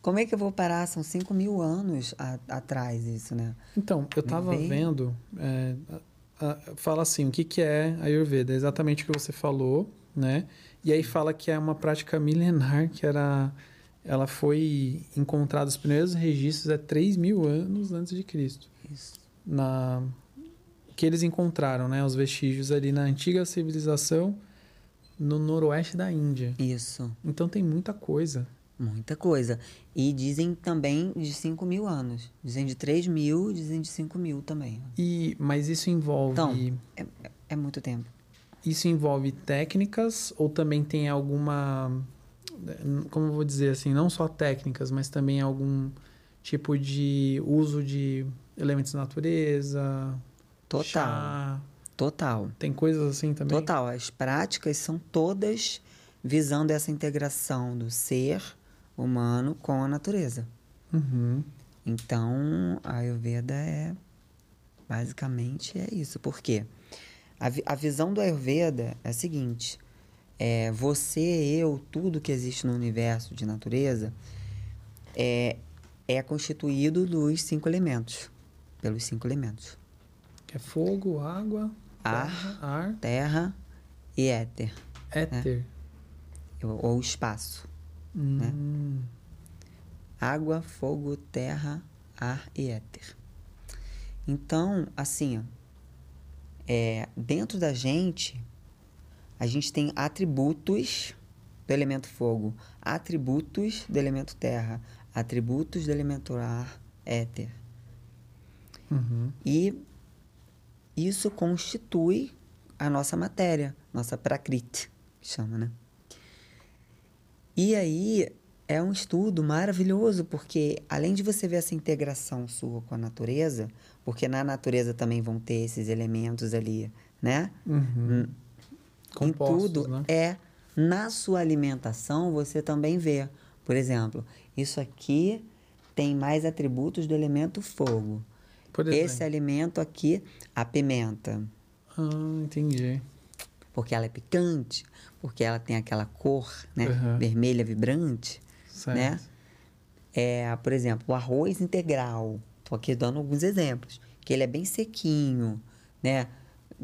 [SPEAKER 2] Como é que eu vou parar? São 5 mil anos a- atrás isso, né?
[SPEAKER 1] Então, eu tava
[SPEAKER 2] Bem-
[SPEAKER 1] vendo. é, a- a- fala assim, o que, que é Ayurveda? É Exatamente o que você falou, né? E aí fala que é uma prática milenar, que era. Ela foi encontrada, os primeiros registros é 3 mil anos antes de Cristo.
[SPEAKER 2] Isso.
[SPEAKER 1] Na, que eles encontraram, né? Os vestígios ali na antiga civilização no noroeste da Índia.
[SPEAKER 2] Isso.
[SPEAKER 1] Então tem muita coisa.
[SPEAKER 2] Muita coisa. E dizem também de 5 mil anos. Dizem de 3 mil, dizem de 5 mil também.
[SPEAKER 1] E, mas isso envolve.
[SPEAKER 2] Então, É, é muito tempo.
[SPEAKER 1] Isso envolve técnicas ou também tem alguma. Como eu vou dizer assim, não só técnicas, mas também algum tipo de uso de elementos da natureza,
[SPEAKER 2] Total.
[SPEAKER 1] chá,
[SPEAKER 2] Total.
[SPEAKER 1] tem coisas assim também?
[SPEAKER 2] Total. As práticas são todas visando essa integração do ser humano com a natureza.
[SPEAKER 1] Uhum.
[SPEAKER 2] Então, a Ayurveda é basicamente é isso. Por quê? A, vi- a visão do Ayurveda é a seguinte: é, você, eu, tudo que existe no universo de natureza é, é constituído dos cinco elementos. Pelos cinco elementos.
[SPEAKER 1] Que é fogo, água,
[SPEAKER 2] ar,
[SPEAKER 1] ar,
[SPEAKER 2] terra e éter, É.
[SPEAKER 1] éter.
[SPEAKER 2] ou ou espaço. Né?
[SPEAKER 1] Hum,
[SPEAKER 2] Água, fogo, terra, ar e éter. Então, assim, ó, é, dentro da gente, a gente tem atributos do elemento fogo, atributos do elemento terra, atributos do elemento ar, éter.
[SPEAKER 1] uhum.
[SPEAKER 2] E isso constitui a nossa matéria, nossa prakriti, que chama, né? E aí é um estudo maravilhoso, porque além de você ver essa integração sua com a natureza, porque na natureza também vão ter esses elementos ali, né?
[SPEAKER 1] Uhum. Compostos,
[SPEAKER 2] em tudo
[SPEAKER 1] né?
[SPEAKER 2] é na sua alimentação você também vê. Por exemplo, isso aqui tem mais atributos do elemento fogo.
[SPEAKER 1] Por exemplo.
[SPEAKER 2] Esse é alimento aqui, a pimenta,
[SPEAKER 1] Ah, entendi.
[SPEAKER 2] porque ela é picante, porque ela tem aquela cor, né,
[SPEAKER 1] Uhum.
[SPEAKER 2] vermelha vibrante,
[SPEAKER 1] Certo.
[SPEAKER 2] né? É, por exemplo, o arroz integral. Tô aqui dando alguns exemplos, que ele é bem sequinho, né?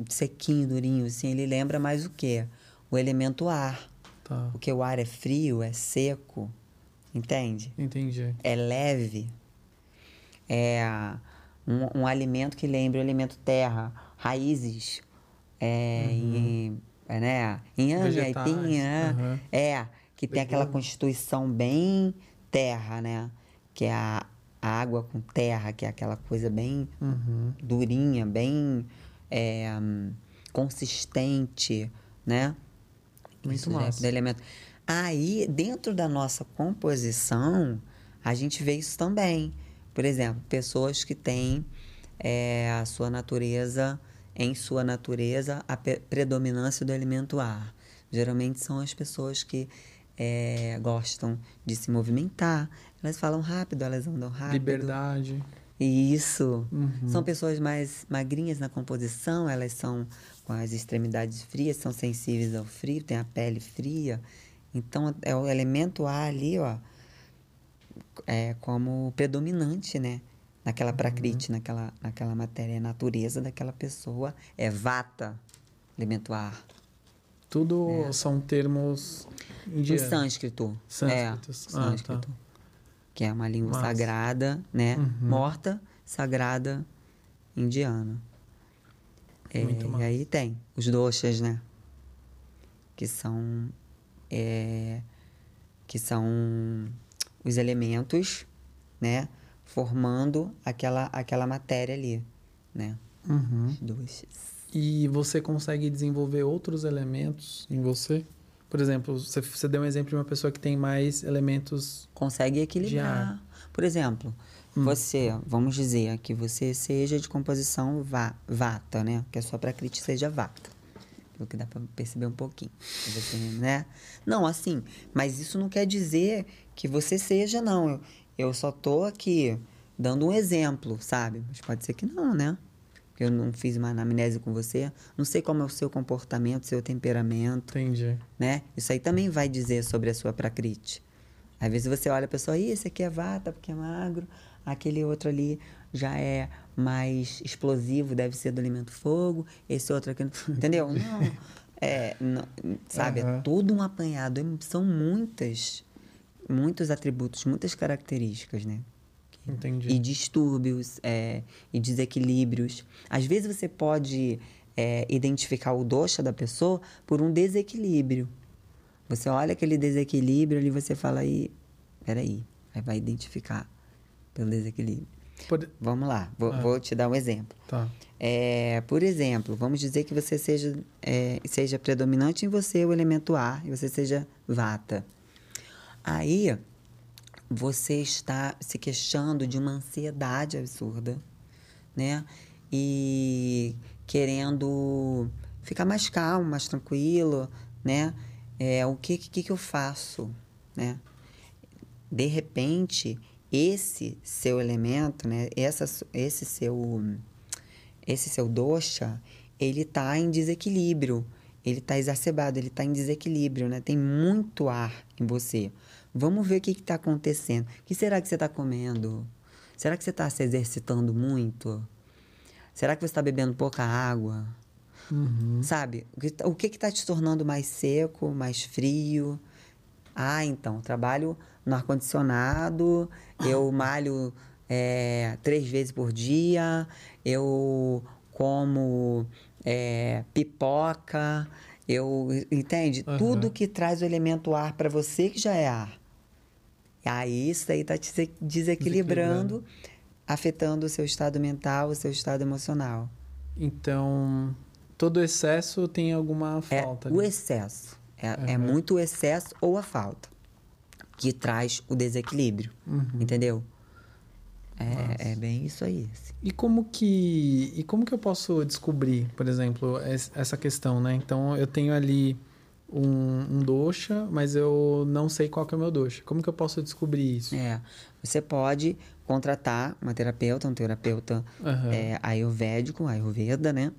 [SPEAKER 2] Sequinho, durinho, assim, ele lembra mais o quê? O elemento ar.
[SPEAKER 1] Tá.
[SPEAKER 2] Porque o ar é frio, é seco, entende?
[SPEAKER 1] Entendi.
[SPEAKER 2] É leve. É um, um alimento que lembra o elemento terra, raízes, é, em, é, né? Inhame,
[SPEAKER 1] Vegetais, né?
[SPEAKER 2] aipim, é,
[SPEAKER 1] aham.
[SPEAKER 2] é, que tem aquela
[SPEAKER 1] Legumes.
[SPEAKER 2] constituição bem terra, né? Que é a a água com terra, que é aquela coisa bem
[SPEAKER 1] Uhum.
[SPEAKER 2] durinha, bem é, hum, consistente, né?
[SPEAKER 1] Muito
[SPEAKER 2] já é
[SPEAKER 1] massa.
[SPEAKER 2] do elemento. Aí, dentro da nossa composição, a gente vê isso também. Por exemplo, pessoas que têm é, a sua natureza, em sua natureza, a pe- predominância do elemento ar. Geralmente são as pessoas que é, gostam de se movimentar. Elas falam rápido, elas andam rápido.
[SPEAKER 1] Liberdade.
[SPEAKER 2] Isso.
[SPEAKER 1] Uhum.
[SPEAKER 2] São pessoas mais magrinhas na composição, elas são com as extremidades frias, são sensíveis ao frio, têm a pele fria. Então, é o elemento ar ali, ó, é como predominante, né?
[SPEAKER 1] Uhum.
[SPEAKER 2] Naquela prakriti, naquela, naquela matéria. é A natureza daquela pessoa é vata, elemento ar.
[SPEAKER 1] Tudo são termos
[SPEAKER 2] Do
[SPEAKER 1] indianos.
[SPEAKER 2] É. sânscrito.
[SPEAKER 1] é? Sânscrito.
[SPEAKER 2] É,
[SPEAKER 1] Ah, tá.
[SPEAKER 2] sânscrito. Que é uma língua
[SPEAKER 1] Massa. Uhum.
[SPEAKER 2] sagrada, né? Morta, sagrada, indiana. É,
[SPEAKER 1] Muito
[SPEAKER 2] e
[SPEAKER 1] massa.
[SPEAKER 2] aí tem os doxas, né? Que são... é, que são os elementos, né? Formando aquela, aquela matéria ali, né?
[SPEAKER 1] Uhum.
[SPEAKER 2] Os doxas.
[SPEAKER 1] E você consegue desenvolver outros elementos em você? Por exemplo, você, você deu um exemplo de uma pessoa que tem mais elementos.
[SPEAKER 2] consegue equilibrar. Por exemplo, você, vamos dizer que você seja de composição va- vata, né? Que a sua prakriti seja vata. Pelo que dá pra perceber um pouquinho. Você, né? Não, assim, mas isso não quer dizer que você seja, não. Eu, eu só tô aqui dando um exemplo, sabe? Mas pode ser que não, né? Porque eu não fiz uma anamnese com você. Não sei como é o seu comportamento, seu temperamento
[SPEAKER 1] Entendi.
[SPEAKER 2] né? Isso aí também vai dizer sobre a sua prakriti. Às vezes você olha a pessoa, Ih, esse aqui é vata porque é magro, aquele outro ali já é mais explosivo, deve ser do alimento fogo, esse outro aqui, entendeu? Não, é, não- sabe,
[SPEAKER 1] Aham.
[SPEAKER 2] é todo um apanhado, é- são muitas, muitos atributos, muitas características, né?
[SPEAKER 1] Entendi.
[SPEAKER 2] e distúrbios é, e desequilíbrios. Às vezes você pode é, identificar o doxa da pessoa por um desequilíbrio. Você olha aquele desequilíbrio ali, você fala aí, peraí, aí vai identificar pelo desequilíbrio.
[SPEAKER 1] Por-
[SPEAKER 2] Vamos lá, vou, vou te dar um exemplo.
[SPEAKER 1] Tá.
[SPEAKER 2] É, por exemplo, vamos dizer que você seja, é, seja predominante em você o elemento ar e você seja vata. Aí você está se queixando de uma ansiedade absurda, né? E querendo ficar mais calmo, mais tranquilo, né? É, o que, que, que eu faço, né? de repente esse seu elemento, né, essa, su- esse seu esse seu dosha, ele tá em desequilíbrio, ele tá exacerbado, ele tá em desequilíbrio, né? Tem muito ar em você. Vamos ver o que está acontecendo. O que será que você está comendo? Será tá que você está se exercitando muito? Será que você está bebendo pouca tá água?
[SPEAKER 1] Uhum.
[SPEAKER 2] Sabe? O que, o que que tá te tornando mais seco, mais frio? Ah, então, trabalho no ar-condicionado,
[SPEAKER 1] Ah.
[SPEAKER 2] eu malho é, três vezes por dia, eu como é, pipoca, eu... Entende?
[SPEAKER 1] Aham.
[SPEAKER 2] Tudo que traz o elemento ar para você que já é ar. Aí isso aí tá te se- desequilibrando, afetando o seu estado mental, o seu estado emocional.
[SPEAKER 1] Então, todo excesso tem alguma
[SPEAKER 2] É
[SPEAKER 1] falta.
[SPEAKER 2] o
[SPEAKER 1] ali.
[SPEAKER 2] excesso. É, é
[SPEAKER 1] Aham.
[SPEAKER 2] muito o excesso ou a falta que traz o desequilíbrio.
[SPEAKER 1] Uhum.
[SPEAKER 2] Entendeu? É, é bem isso aí. assim.
[SPEAKER 1] E como que e como que eu posso descobrir, por exemplo, es- essa questão, né? Então eu tenho ali um, um dosha, mas eu não sei qual que é o meu dosha. Como que eu posso descobrir isso?
[SPEAKER 2] É, você pode contratar uma terapeuta, um terapeuta
[SPEAKER 1] Aham.
[SPEAKER 2] é, ayurvédico, ayurveda, né?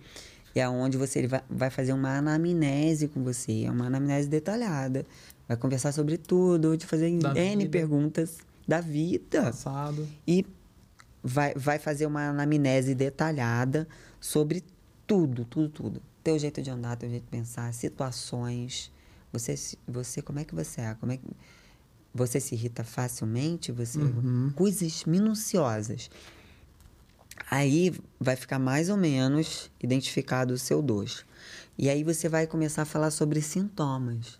[SPEAKER 2] E aonde você ele vai, vai fazer uma anamnese com você, é uma anamnese detalhada. Vai conversar sobre tudo, te fazer
[SPEAKER 1] Da
[SPEAKER 2] N
[SPEAKER 1] vida.
[SPEAKER 2] perguntas da vida.
[SPEAKER 1] Passado.
[SPEAKER 2] e vai, vai fazer uma anamnese detalhada sobre tudo, tudo, tudo. Teu jeito de andar, teu jeito de pensar, situações. Você, se- você como é que você é? Como é que... Você se irrita facilmente? Você Coisas minuciosas. Aí vai ficar mais ou menos identificado o seu dois. E aí você vai começar a falar sobre sintomas.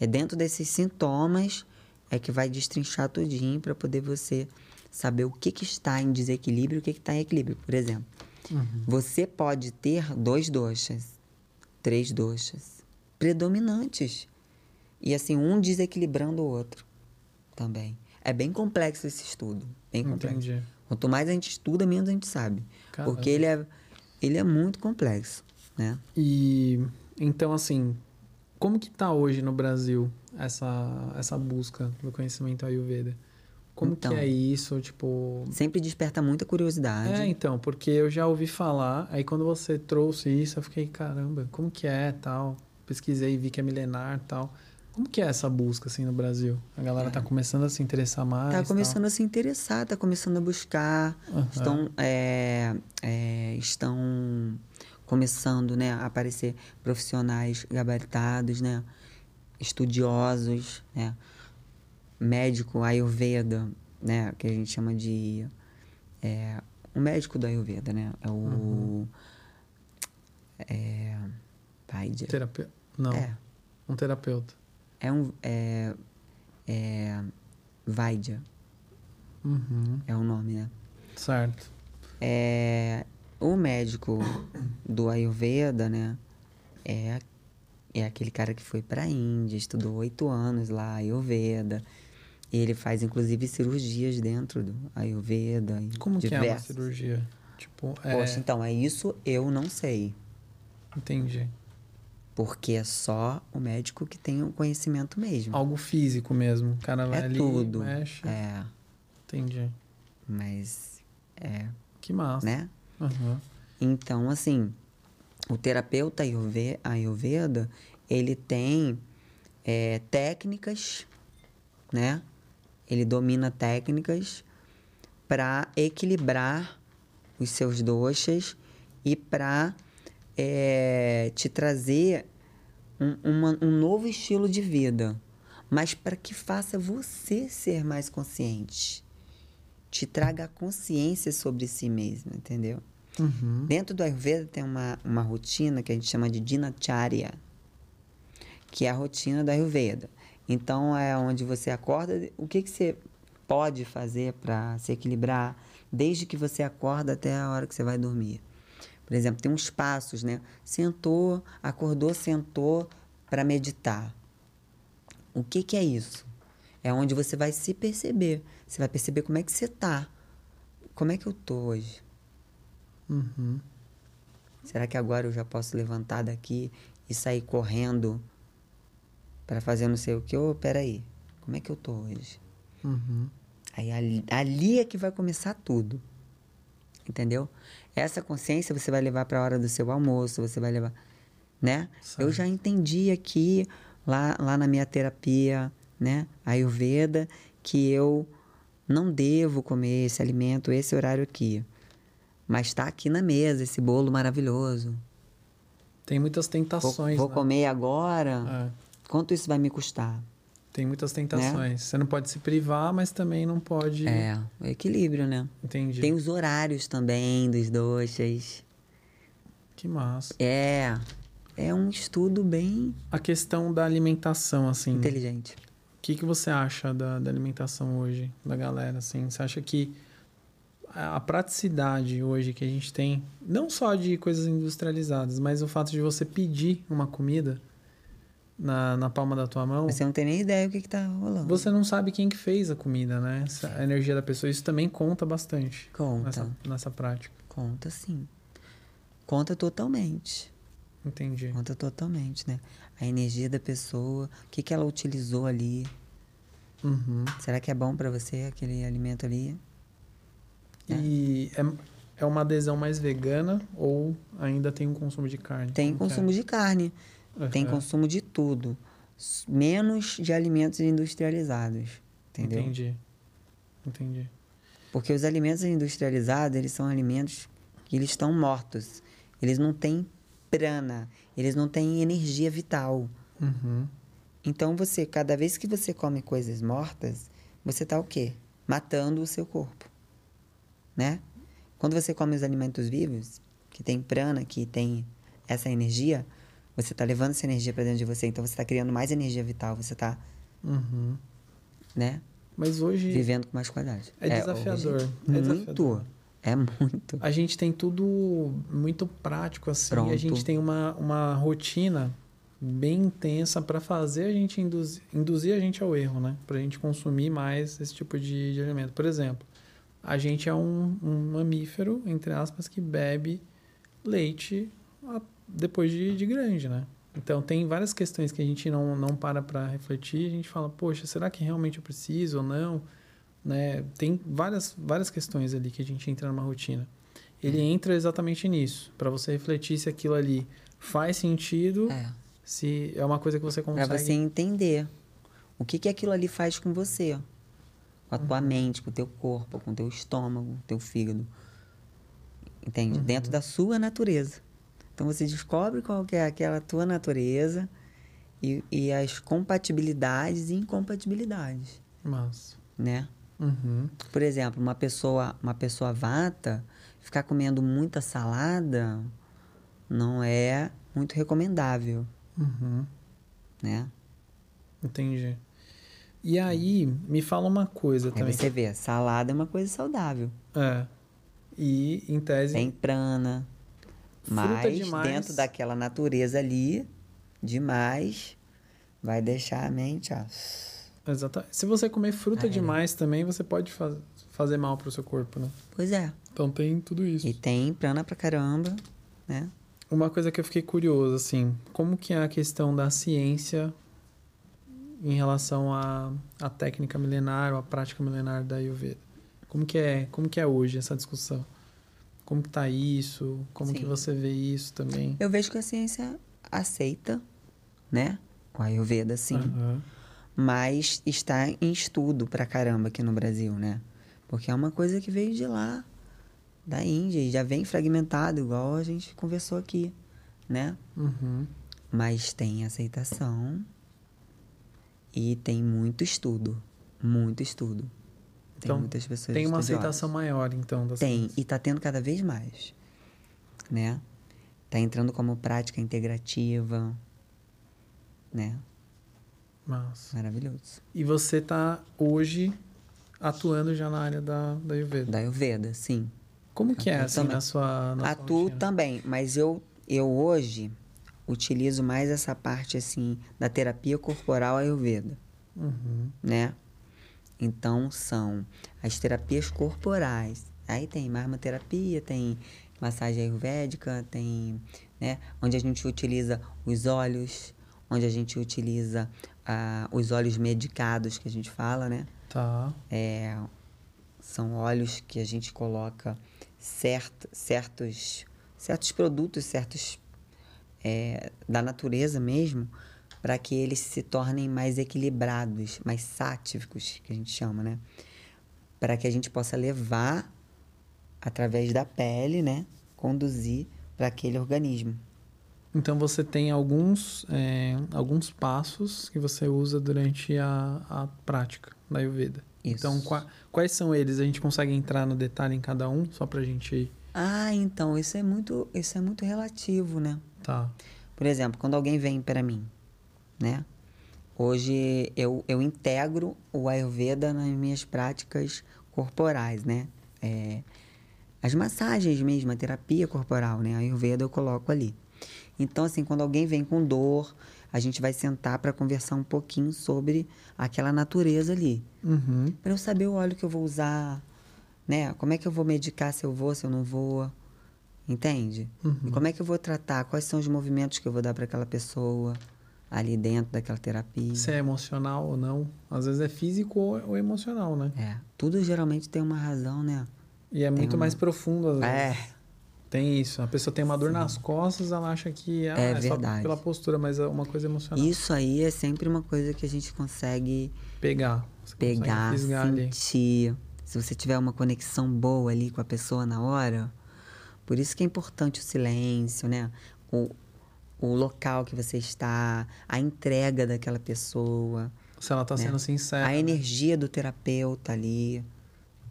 [SPEAKER 2] É dentro desses sintomas é que vai destrinchar tudinho para poder você saber o que, que está em desequilíbrio e o que que está em equilíbrio. Por exemplo,
[SPEAKER 1] Uhum.
[SPEAKER 2] você pode ter dois doxas, três doxas predominantes. E assim, um desequilibrando o outro também. É bem complexo esse estudo. Bem É complexo.
[SPEAKER 1] Entendi.
[SPEAKER 2] Quanto mais a gente estuda, menos a gente sabe.
[SPEAKER 1] Caramba.
[SPEAKER 2] Porque ele é, ele é muito complexo, né?
[SPEAKER 1] E então assim, como que tá hoje no Brasil essa essa busca do conhecimento ayurveda? Como
[SPEAKER 2] Então.
[SPEAKER 1] que é isso, tipo,
[SPEAKER 2] Sempre desperta muita
[SPEAKER 1] É,
[SPEAKER 2] curiosidade.
[SPEAKER 1] então, porque eu já ouvi falar, aí quando você trouxe isso, eu fiquei, caramba, como que é, tal? Pesquisei, vi que é milenar, tal. Como que é essa busca, assim, no Brasil? A galera tá começando a se interessar mais,
[SPEAKER 2] É. tá começando a se interessar, tá começando a buscar.
[SPEAKER 1] Aham.
[SPEAKER 2] Estão, é, é, estão começando né, a aparecer profissionais gabaritados, né? Estudiosos, né? Médico Ayurveda, né? Que a gente chama de... É, o médico do Ayurveda, né? É o... É, Paide.
[SPEAKER 1] tal. Terapeu... Não,
[SPEAKER 2] É,
[SPEAKER 1] um terapeuta.
[SPEAKER 2] é um... É, é, Vaidya
[SPEAKER 1] Uhum,
[SPEAKER 2] é o nome, né?
[SPEAKER 1] certo.
[SPEAKER 2] É, o médico do Ayurveda, né? É, é aquele cara que foi pra Índia, estudou oito anos lá, Ayurveda. E ele faz, inclusive, cirurgias dentro do Ayurveda. e
[SPEAKER 1] Como que é uma
[SPEAKER 2] diversas.
[SPEAKER 1] cirurgia? Tipo, é...
[SPEAKER 2] Poxa, então, é isso eu não sei.
[SPEAKER 1] Entendi.
[SPEAKER 2] Porque é só o médico que tem o conhecimento mesmo.
[SPEAKER 1] Algo físico mesmo. O cara vai
[SPEAKER 2] é
[SPEAKER 1] ali,
[SPEAKER 2] tudo.
[SPEAKER 1] mexe.
[SPEAKER 2] É,
[SPEAKER 1] Entendi.
[SPEAKER 2] mas... É,
[SPEAKER 1] Que massa.
[SPEAKER 2] né?
[SPEAKER 1] Aham.
[SPEAKER 2] Então, assim, o terapeuta Ayurve- Ayurveda, ele tem é, técnicas, né? Ele domina técnicas para equilibrar os seus doxas e para te trazer um, uma- um novo estilo de vida, mas para que faça você ser mais consciente, te traga a consciência sobre si mesmo, entendeu?
[SPEAKER 1] Uhum.
[SPEAKER 2] Dentro do Ayurveda tem uma, uma rotina que a gente chama de Dinacharya, que é a rotina do Ayurveda. Então é onde você acorda, o que, que você pode fazer para se equilibrar desde que você acorda até a hora que você vai dormir. Por exemplo, tem uns passos, né? Sentou, acordou, sentou para meditar. O que, que é isso? É onde você vai se perceber. Você vai perceber como é que você tá. Como é que eu tô hoje?
[SPEAKER 1] Uhum.
[SPEAKER 2] Será que agora eu já posso levantar daqui e sair correndo para fazer não sei o que? Ô, peraí, como é que eu tô hoje?
[SPEAKER 1] Uhum.
[SPEAKER 2] Aí ali, ali é que vai começar tudo. Entendeu? Essa consciência você vai levar para a hora do seu almoço, você vai levar, né? Eu já entendi aqui lá, lá na minha terapia, né, Ayurveda, que eu não devo comer esse alimento esse horário aqui. Mas tá aqui na mesa esse bolo maravilhoso.
[SPEAKER 1] Tem muitas
[SPEAKER 2] Vou,
[SPEAKER 1] tentações.
[SPEAKER 2] vou
[SPEAKER 1] né?
[SPEAKER 2] comer agora?
[SPEAKER 1] É,
[SPEAKER 2] Quanto isso vai me custar?
[SPEAKER 1] tem muitas
[SPEAKER 2] Né?
[SPEAKER 1] tentações. Você não pode se privar, mas também não pode.
[SPEAKER 2] É, o equilíbrio, né?
[SPEAKER 1] Entendi.
[SPEAKER 2] Tem os horários também dos doces.
[SPEAKER 1] Que massa.
[SPEAKER 2] É, é um estudo bem
[SPEAKER 1] A questão da alimentação, assim.
[SPEAKER 2] inteligente.
[SPEAKER 1] O que, que você acha da, da alimentação hoje, da galera? Assim, você acha que a a praticidade hoje que a gente tem, não só de coisas industrializadas, mas o fato de você pedir uma comida na, na palma da tua mão,
[SPEAKER 2] Você não tem nem ideia do que, que tá rolando.
[SPEAKER 1] você não sabe quem que fez a comida, né? Essa-
[SPEAKER 2] É.
[SPEAKER 1] a energia da pessoa, isso também conta bastante
[SPEAKER 2] Conta,
[SPEAKER 1] nessa, nessa prática.
[SPEAKER 2] conta sim. Conta totalmente.
[SPEAKER 1] Entendi.
[SPEAKER 2] Conta totalmente, né? A energia da pessoa, o que, que ela utilizou ali.
[SPEAKER 1] Uhum.
[SPEAKER 2] Será que é bom pra você aquele alimento ali?
[SPEAKER 1] E é, é uma adesão mais vegana ou ainda tem um consumo de carne?
[SPEAKER 2] Tem
[SPEAKER 1] Como que
[SPEAKER 2] consumo de carne,
[SPEAKER 1] é?
[SPEAKER 2] tem
[SPEAKER 1] Aham.
[SPEAKER 2] consumo de tudo. S- Menos de alimentos industrializados, entendeu?
[SPEAKER 1] Entendi. Entendi.
[SPEAKER 2] Porque os alimentos industrializados, eles são alimentos que eles estão mortos. Eles não têm prana, eles não têm energia vital.
[SPEAKER 1] Uhum.
[SPEAKER 2] Então você, cada vez que você come coisas mortas, você tá o quê? Matando o seu corpo. Né? Quando você come os alimentos vivos, que tem prana, que tem essa energia, você tá levando essa energia para dentro de você, então você tá criando mais energia vital, você tá,
[SPEAKER 1] Uhum.
[SPEAKER 2] né,
[SPEAKER 1] Mas hoje
[SPEAKER 2] vivendo com mais qualidade.
[SPEAKER 1] é desafiador.
[SPEAKER 2] hoje-
[SPEAKER 1] é desafiador.
[SPEAKER 2] muito. É muito.
[SPEAKER 1] A gente tem tudo muito prático, assim.
[SPEAKER 2] Pronto.
[SPEAKER 1] A gente tem uma, uma rotina bem intensa para fazer a gente induzir, induzir a gente ao erro, né? Pra gente consumir mais esse tipo de, de alimento. Por exemplo, a gente é um, um mamífero, entre aspas, que bebe leite a- depois de, de grande, né? Então tem várias questões que a gente não, não para para refletir, a gente fala, poxa, será que realmente eu preciso ou não? Né? Tem várias, várias questões ali que a gente entra numa rotina. Ele
[SPEAKER 2] Uhum.
[SPEAKER 1] entra exatamente nisso, para você refletir se aquilo ali faz sentido,
[SPEAKER 2] É.
[SPEAKER 1] se é uma coisa que você
[SPEAKER 2] Pra
[SPEAKER 1] consegue.
[SPEAKER 2] você entender o que que aquilo ali faz com você, com a tua
[SPEAKER 1] Uhum.
[SPEAKER 2] mente, com o teu corpo, com o teu estômago, com o teu fígado. Entende?
[SPEAKER 1] Uhum.
[SPEAKER 2] Dentro da sua natureza. Então você descobre qual que é aquela tua natureza e, e as compatibilidades e incompatibilidades,
[SPEAKER 1] Mas.
[SPEAKER 2] né?
[SPEAKER 1] Uhum.
[SPEAKER 2] Por exemplo, uma pessoa, uma pessoa vata ficar comendo muita salada não é muito recomendável,
[SPEAKER 1] Uhum.
[SPEAKER 2] né?
[SPEAKER 1] Entendi. E aí, me fala uma coisa
[SPEAKER 2] Hum. Aí
[SPEAKER 1] também.
[SPEAKER 2] você vê, salada é uma coisa saudável.
[SPEAKER 1] É. E, em tese,
[SPEAKER 2] Tem prana.
[SPEAKER 1] Fruta
[SPEAKER 2] Mas
[SPEAKER 1] demais.
[SPEAKER 2] dentro daquela natureza ali, demais, vai deixar a mente, ó.
[SPEAKER 1] Exatamente. Se você comer fruta
[SPEAKER 2] Ah, é, né?
[SPEAKER 1] demais também, você pode faz- fazer mal pro seu corpo, né?
[SPEAKER 2] Pois é.
[SPEAKER 1] Então tem tudo isso.
[SPEAKER 2] E tem prana pra caramba, né?
[SPEAKER 1] Uma coisa que eu fiquei curioso, assim, como que é a questão da ciência em relação à, à técnica milenar ou à prática milenar da Ayurveda? Como que é, como que é hoje essa discussão? Como que tá isso? Como que
[SPEAKER 2] Sim.
[SPEAKER 1] você vê isso também?
[SPEAKER 2] Eu vejo que a ciência aceita, né? O Ayurveda, sim.
[SPEAKER 1] Aham.
[SPEAKER 2] Mas está em estudo pra caramba aqui no Brasil, né? Porque é uma coisa que veio de lá, da Índia, e já vem fragmentado, igual a gente conversou aqui, né?
[SPEAKER 1] Uhum.
[SPEAKER 2] mas tem aceitação e tem muito estudo, muito estudo. Tem
[SPEAKER 1] Então,
[SPEAKER 2] muitas pessoas
[SPEAKER 1] Tem uma
[SPEAKER 2] estudiosas.
[SPEAKER 1] aceitação maior, então, da
[SPEAKER 2] Tem
[SPEAKER 1] ciência.
[SPEAKER 2] e tá tendo cada vez mais, né? Tá entrando como prática integrativa, né?
[SPEAKER 1] Mas...
[SPEAKER 2] Maravilhoso.
[SPEAKER 1] E você tá hoje atuando já na área da, da Ayurveda?
[SPEAKER 2] Da Ayurveda, sim.
[SPEAKER 1] Como que é,
[SPEAKER 2] Atuo
[SPEAKER 1] assim,
[SPEAKER 2] também.
[SPEAKER 1] na sua... Na sua
[SPEAKER 2] Atuo
[SPEAKER 1] rotina?
[SPEAKER 2] também, mas eu eu hoje utilizo mais essa parte assim da terapia corporal Ayurveda.
[SPEAKER 1] Uhum.
[SPEAKER 2] né? Então são as terapias corporais. Aí tem marmoterapia, tem massagem ayurvédica, tem, né, onde a gente utiliza os olhos, onde a gente utiliza ah, os olhos medicados que a gente fala, né?
[SPEAKER 1] Tá.
[SPEAKER 2] É, são óleos que a gente coloca certo, certos, certos produtos, certos é, da natureza mesmo, para que eles se tornem mais equilibrados, mais sátívicos, que a gente chama, né? Para que a gente possa levar através da pele, né? Conduzir para aquele organismo.
[SPEAKER 1] Então você tem alguns, é, alguns passos que você usa durante a, a prática da Ayurveda.
[SPEAKER 2] Isso.
[SPEAKER 1] Então, qua- quais são eles? A gente consegue entrar no detalhe em cada um, só pra gente.
[SPEAKER 2] Ah, então, isso é muito, isso é muito relativo, né?
[SPEAKER 1] Tá.
[SPEAKER 2] Por exemplo, quando alguém vem para mim, né? Hoje eu, eu integro o Ayurveda nas minhas práticas corporais, né? É, as massagens mesmo, a terapia corporal, né? A Ayurveda eu coloco ali. Então, assim, quando alguém vem com dor, a gente vai sentar para conversar um pouquinho sobre aquela natureza ali.
[SPEAKER 1] Uhum.
[SPEAKER 2] Para eu saber o óleo que eu vou usar, né? Como é que eu vou medicar se eu vou, se eu não vou, entende? E como é que eu vou tratar? Quais são os movimentos que eu vou dar para aquela pessoa ali dentro daquela terapia?
[SPEAKER 1] Se é emocional ou não. Às vezes é físico ou, ou emocional, né?
[SPEAKER 2] É, tudo geralmente tem uma razão, né?
[SPEAKER 1] E é muito
[SPEAKER 2] uma-
[SPEAKER 1] mais profundo, às vezes.
[SPEAKER 2] É,
[SPEAKER 1] Tem isso. A pessoa tem uma dor nas costas, ela acha que ah,
[SPEAKER 2] É
[SPEAKER 1] só
[SPEAKER 2] verdade.
[SPEAKER 1] pela postura, mas é uma coisa emocional.
[SPEAKER 2] isso aí é sempre uma coisa que a gente consegue
[SPEAKER 1] Pegar. Você consegue
[SPEAKER 2] pegar,
[SPEAKER 1] Fisgar ali.
[SPEAKER 2] sentir. Se você tiver uma conexão boa ali com a pessoa na hora, por isso que é importante o silêncio, né? O, o local que você está, a entrega daquela pessoa,
[SPEAKER 1] Se ela tá
[SPEAKER 2] né?
[SPEAKER 1] sendo sincera.
[SPEAKER 2] a energia do terapeuta ali,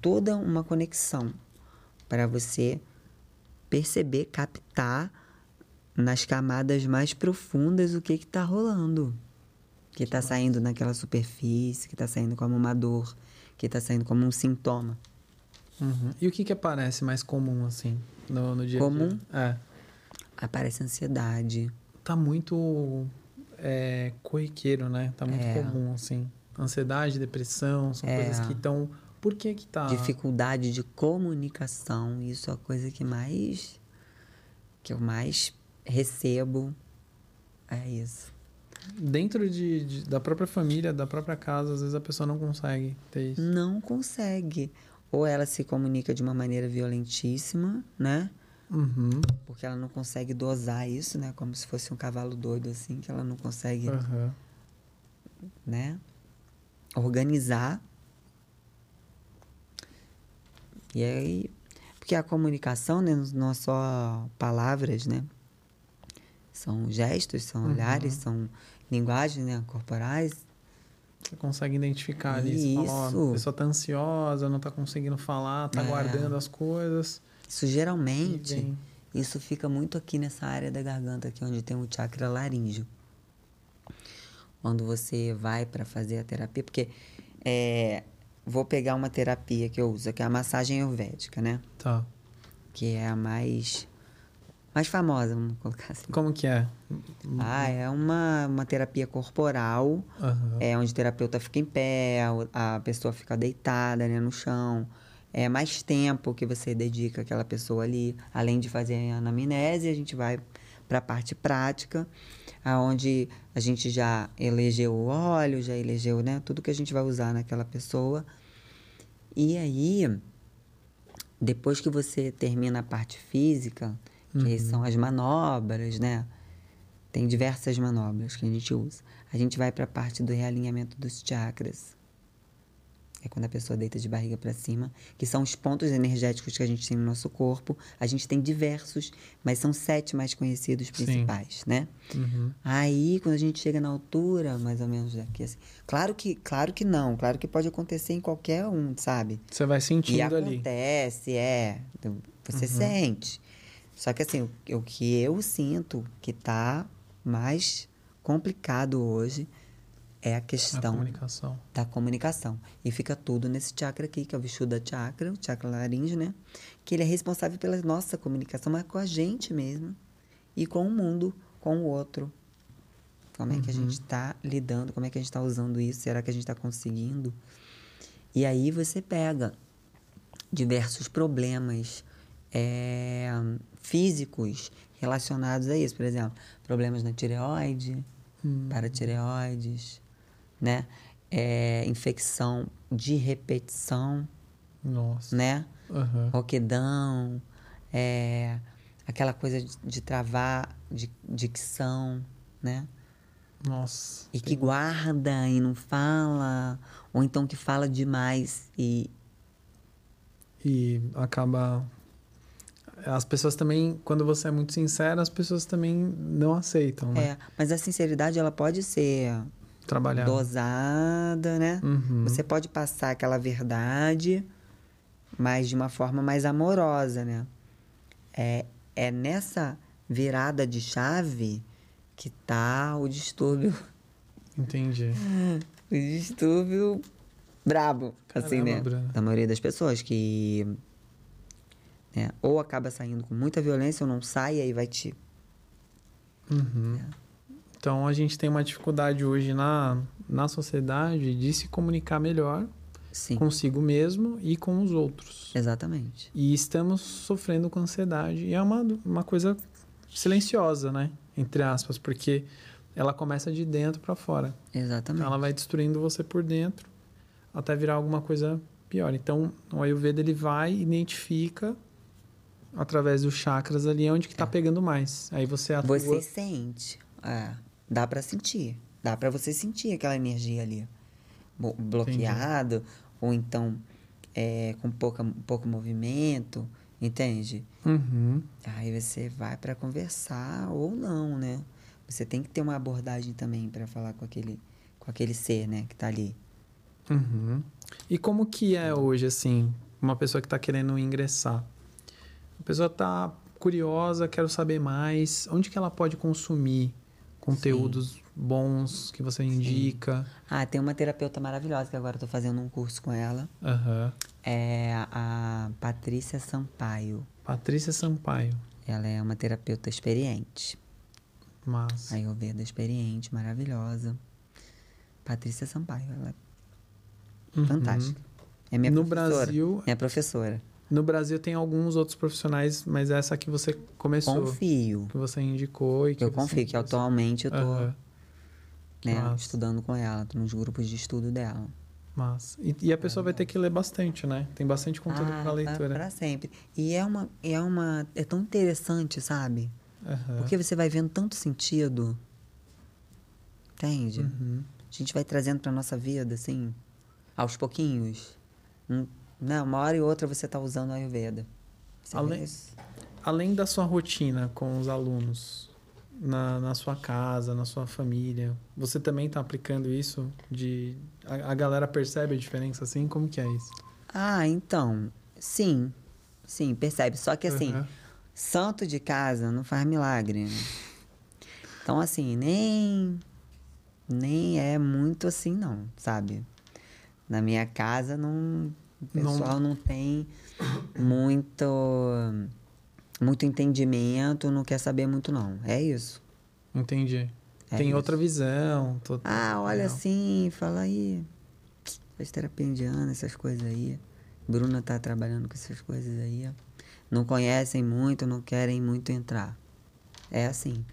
[SPEAKER 2] toda uma conexão para você perceber, captar nas camadas mais profundas o que que está rolando, o que está saindo naquela superfície, que está saindo como uma dor, que está saindo como um sintoma.
[SPEAKER 1] Uhum. E o que que aparece mais comum, assim, no, no dia a dia?
[SPEAKER 2] Comum?
[SPEAKER 1] É.
[SPEAKER 2] Aparece ansiedade,
[SPEAKER 1] Tá muito é, corriqueiro, né? Tá muito
[SPEAKER 2] É.
[SPEAKER 1] comum, assim. Ansiedade, depressão, são
[SPEAKER 2] É.
[SPEAKER 1] coisas que estão... Por que que tá...
[SPEAKER 2] dificuldade de comunicação, isso é a coisa que mais que eu mais recebo. É isso.
[SPEAKER 1] Dentro de, de- da própria família, da própria casa, às vezes a pessoa não consegue ter isso.
[SPEAKER 2] não consegue. Ou ela se comunica de uma maneira violentíssima, né?
[SPEAKER 1] Uhum.
[SPEAKER 2] Porque ela não consegue dosar isso, né? Como se fosse um cavalo doido, assim, que ela não consegue,
[SPEAKER 1] Aham.
[SPEAKER 2] né? Organizar. E aí. Porque a comunicação, né? Não é só palavras, né? São gestos, são olhares, são linguagens, né? Corporais.
[SPEAKER 1] Você consegue identificar ali. Você fala, ó, a
[SPEAKER 2] Isso.
[SPEAKER 1] pessoa tá ansiosa, não tá conseguindo falar, tá
[SPEAKER 2] É.
[SPEAKER 1] guardando as coisas.
[SPEAKER 2] Isso
[SPEAKER 1] E
[SPEAKER 2] geralmente.
[SPEAKER 1] vem.
[SPEAKER 2] Isso fica muito aqui nessa área da garganta, aqui onde tem o chakra laríngeo. Quando você vai para fazer a terapia, porque é, vou pegar uma terapia que eu uso, que é a massagem ayurvédica, né?
[SPEAKER 1] Tá.
[SPEAKER 2] Que é a mais mais famosa, vamos colocar assim.
[SPEAKER 1] Como que é?
[SPEAKER 2] Ah, é uma, uma terapia corporal,
[SPEAKER 1] Aham.
[SPEAKER 2] é onde o terapeuta fica em pé, a o- a pessoa fica deitada, né, no chão. É mais tempo que você dedica àquela pessoa ali. Além de fazer a anamnese, a gente vai para a parte prática, aonde a gente já elegeu o óleo, já elegeu, né, tudo que a gente vai usar naquela pessoa. E aí, depois que você termina a parte física, que são as manobras, né? Tem diversas manobras que a gente usa. A gente vai para a parte do realinhamento dos chakras. É quando a pessoa deita de barriga para cima, que são os pontos energéticos que a gente tem no nosso corpo. A gente tem diversos, mas são sete mais conhecidos principais, né?
[SPEAKER 1] Uhum.
[SPEAKER 2] Aí, quando a gente chega na altura, mais ou menos daqui, assim, claro que, claro que não, claro que pode acontecer em qualquer um, sabe?
[SPEAKER 1] Você vai sentindo
[SPEAKER 2] E
[SPEAKER 1] ali. Uhum.
[SPEAKER 2] acontece, é. Então, Você sente. Só que assim, o, o que eu sinto que tá mais complicado hoje é a
[SPEAKER 1] A
[SPEAKER 2] questão
[SPEAKER 1] comunicação.
[SPEAKER 2] da comunicação. E fica tudo nesse chakra aqui, que é o Vishuddha Chakra, o chakra laríngeo, né? Que ele é responsável pela nossa comunicação, mas com a gente mesmo. E com o mundo, com o outro. Como é que a gente está lidando, como é que a gente está usando isso, será que a gente está conseguindo? E aí você pega diversos problemas eh, físicos relacionados a isso. Por exemplo, problemas na tireoide, Hum. paratireoides, né? Eh, infecção de repetição,
[SPEAKER 1] Nossa.
[SPEAKER 2] né?
[SPEAKER 1] Aham.
[SPEAKER 2] Roquedão, eh, aquela coisa de, de travar de dicção, né?
[SPEAKER 1] Nossa.
[SPEAKER 2] E que guarda e não fala, ou então que fala demais e
[SPEAKER 1] E acaba as pessoas também, quando você é muito sincera, as pessoas também não aceitam, né?
[SPEAKER 2] É, mas a sinceridade ela pode ser
[SPEAKER 1] Trabalhar.
[SPEAKER 2] dosada, né?
[SPEAKER 1] Uhum.
[SPEAKER 2] É. Você pode passar aquela verdade, mas de uma forma mais amorosa, né? É, é nessa virada de chave que tá o distúrbio,
[SPEAKER 1] Entendi.
[SPEAKER 2] o distúrbio brabo, assim,
[SPEAKER 1] Caramba,
[SPEAKER 2] né?
[SPEAKER 1] Bruna.
[SPEAKER 2] Da maioria das pessoas que né, ou acaba saindo com muita violência ou não sai e aí vai te
[SPEAKER 1] Uhum. Então a gente tem uma dificuldade hoje na, na sociedade de se comunicar melhor
[SPEAKER 2] sim,
[SPEAKER 1] consigo mesmo e com os outros.
[SPEAKER 2] exatamente.
[SPEAKER 1] E estamos sofrendo com ansiedade. E é uma, uma coisa silenciosa, né? Entre aspas, porque ela começa de dentro para fora.
[SPEAKER 2] Exatamente.
[SPEAKER 1] Então ela vai destruindo você por dentro até virar alguma coisa pior. Então o Ayurveda ele vai e identifica através dos chakras ali onde que tá pegando mais. Aí você atua.
[SPEAKER 2] Você sente. É, dá pra sentir. Dá pra você sentir aquela energia ali. Bo- bloqueado, ou então é, com pouca, pouco movimento, entende?
[SPEAKER 1] Uhum.
[SPEAKER 2] Aí você vai pra conversar ou não, né? Você tem que ter uma abordagem também pra falar com aquele, com aquele ser, né, que tá ali.
[SPEAKER 1] Uhum. E como que é hoje, assim, uma pessoa que está querendo ingressar? A pessoa está curiosa, quero saber mais. Onde que ela pode consumir conteúdos bons que você indica?
[SPEAKER 2] Ah, tem uma terapeuta maravilhosa que agora eu tô fazendo um curso com ela.
[SPEAKER 1] Aham.
[SPEAKER 2] É a Patrícia Sampaio.
[SPEAKER 1] Patrícia Sampaio.
[SPEAKER 2] Ela é uma terapeuta experiente.
[SPEAKER 1] Mas...
[SPEAKER 2] A Ayurveda experiente, maravilhosa. Patrícia Sampaio, ela é
[SPEAKER 1] Uhum.
[SPEAKER 2] fantástica. É minha
[SPEAKER 1] No
[SPEAKER 2] professora.
[SPEAKER 1] Brasil-
[SPEAKER 2] Minha professora.
[SPEAKER 1] No Brasil tem alguns outros profissionais, mas essa que você começou,
[SPEAKER 2] Confio.
[SPEAKER 1] que você indicou e que
[SPEAKER 2] Eu
[SPEAKER 1] você-
[SPEAKER 2] confio que atualmente eu tô
[SPEAKER 1] Tipo assim, Aham.
[SPEAKER 2] né,
[SPEAKER 1] Massa.
[SPEAKER 2] estudando com ela, tô nos grupos de estudo dela.
[SPEAKER 1] Mas e, e a pessoa vai ter que ler bastante, né? Tem bastante conteúdo
[SPEAKER 2] Ah,
[SPEAKER 1] para
[SPEAKER 2] pra-
[SPEAKER 1] leitura.
[SPEAKER 2] pra sempre. E é uma, é uma. É tão interessante, sabe?
[SPEAKER 1] Aham.
[SPEAKER 2] Porque você vai vendo tanto sentido. Entende?
[SPEAKER 1] Uhum.
[SPEAKER 2] A gente vai trazendo pra nossa vida, assim, aos pouquinhos. Hum, Não, uma hora e outra você tá usando a Ayurveda. Você vê
[SPEAKER 1] Além-
[SPEAKER 2] isso?
[SPEAKER 1] Além da sua rotina com os alunos, na, na sua casa, na sua família, você também está aplicando isso? De a, a galera percebe a diferença assim? Como que é isso?
[SPEAKER 2] Ah, então, sim. Sim, percebe. Só que assim,
[SPEAKER 1] Aham.
[SPEAKER 2] santo de casa não faz milagre. né? Então, assim, nem. Nem é muito assim, não, sabe? Na minha casa, não. O
[SPEAKER 1] Não-
[SPEAKER 2] pessoal não, tem muito. Muito entendimento, não quer saber muito, não. É isso.
[SPEAKER 1] Entendi.
[SPEAKER 2] É
[SPEAKER 1] Tem
[SPEAKER 2] isso.
[SPEAKER 1] outra visão. tô-
[SPEAKER 2] Ah, olha
[SPEAKER 1] Legal.
[SPEAKER 2] assim, fala aí. Faz terapia indiana, essas coisas aí. Bruna tá trabalhando com essas coisas aí. ó. Não conhecem muito, não querem muito entrar. É assim.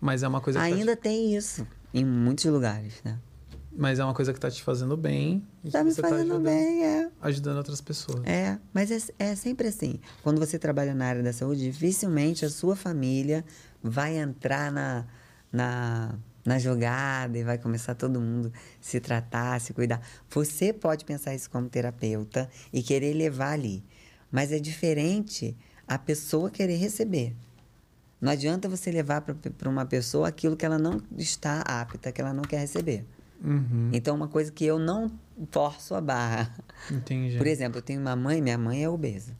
[SPEAKER 1] Mas é uma coisa que tá te-
[SPEAKER 2] Ainda tem isso em muitos lugares, né?
[SPEAKER 1] Mas é uma coisa que tá te fazendo bem. E
[SPEAKER 2] Tá
[SPEAKER 1] que
[SPEAKER 2] me
[SPEAKER 1] você
[SPEAKER 2] fazendo
[SPEAKER 1] ajudando,
[SPEAKER 2] bem, é.
[SPEAKER 1] Ajudando outras pessoas.
[SPEAKER 2] É, mas é, é sempre assim. Quando você trabalha na área da saúde, dificilmente a sua família vai entrar na, na, na jogada e vai começar todo mundo se tratar, se cuidar. Você pode pensar isso como terapeuta e querer levar ali, mas é diferente a pessoa querer receber. Não adianta você levar para uma pessoa aquilo que ela não está apta, que ela não quer receber.
[SPEAKER 1] Uhum,
[SPEAKER 2] Então, uma coisa que eu não forço a barra.
[SPEAKER 1] Entendi.
[SPEAKER 2] Por exemplo, eu tenho uma mãe, minha mãe é obesa.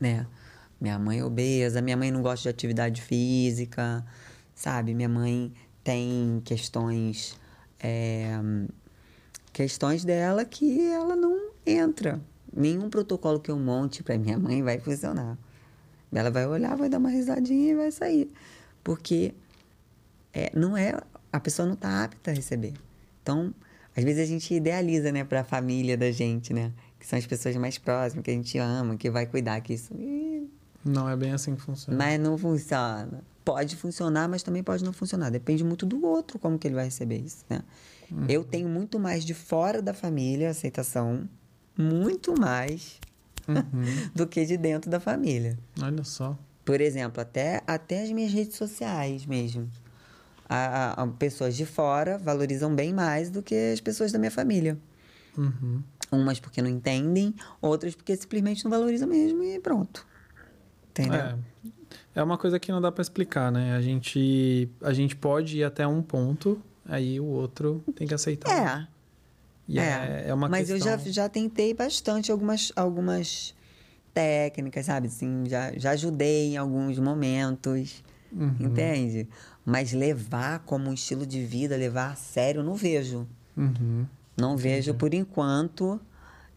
[SPEAKER 2] Né? Minha mãe é obesa, minha mãe não gosta de atividade física, sabe? Minha mãe tem questões. é, questões dela que ela não entra. Nenhum protocolo que eu monte para minha mãe vai funcionar. Ela vai olhar, vai dar uma risadinha e vai sair. Porque é, não é a pessoa não está apta a receber. Então, às vezes a gente idealiza, né, para a família da gente, né, que são as pessoas mais próximas, que a gente ama, que vai cuidar, que isso, Ih,
[SPEAKER 1] Não é bem assim que funciona.
[SPEAKER 2] mas não funciona. Pode funcionar, mas também pode não funcionar. Depende muito do outro como que ele vai receber isso, né? Eu tenho muito mais de fora da família aceitação, muito mais
[SPEAKER 1] Uhum,
[SPEAKER 2] do que de dentro da família.
[SPEAKER 1] Olha só.
[SPEAKER 2] Por exemplo, até, até as minhas redes sociais mesmo. A, a- a- pessoas de fora valorizam bem mais do que as pessoas da minha família.
[SPEAKER 1] Uhum,
[SPEAKER 2] Umas porque não entendem, outras porque simplesmente não valorizam mesmo e pronto. Entendeu?
[SPEAKER 1] É, é uma coisa que não dá pra explicar, né? A gente, a gente pode ir até um ponto, aí o outro tem que aceitar.
[SPEAKER 2] É,
[SPEAKER 1] E é, é então, uma
[SPEAKER 2] mas
[SPEAKER 1] questão...
[SPEAKER 2] eu já, já tentei bastante algumas, algumas técnicas, sabe? Assim, já, já ajudei em alguns momentos,
[SPEAKER 1] Uhum.
[SPEAKER 2] entende? Mas levar como um estilo de vida, levar a sério, não vejo.
[SPEAKER 1] Uhum,
[SPEAKER 2] Não vejo, por enquanto,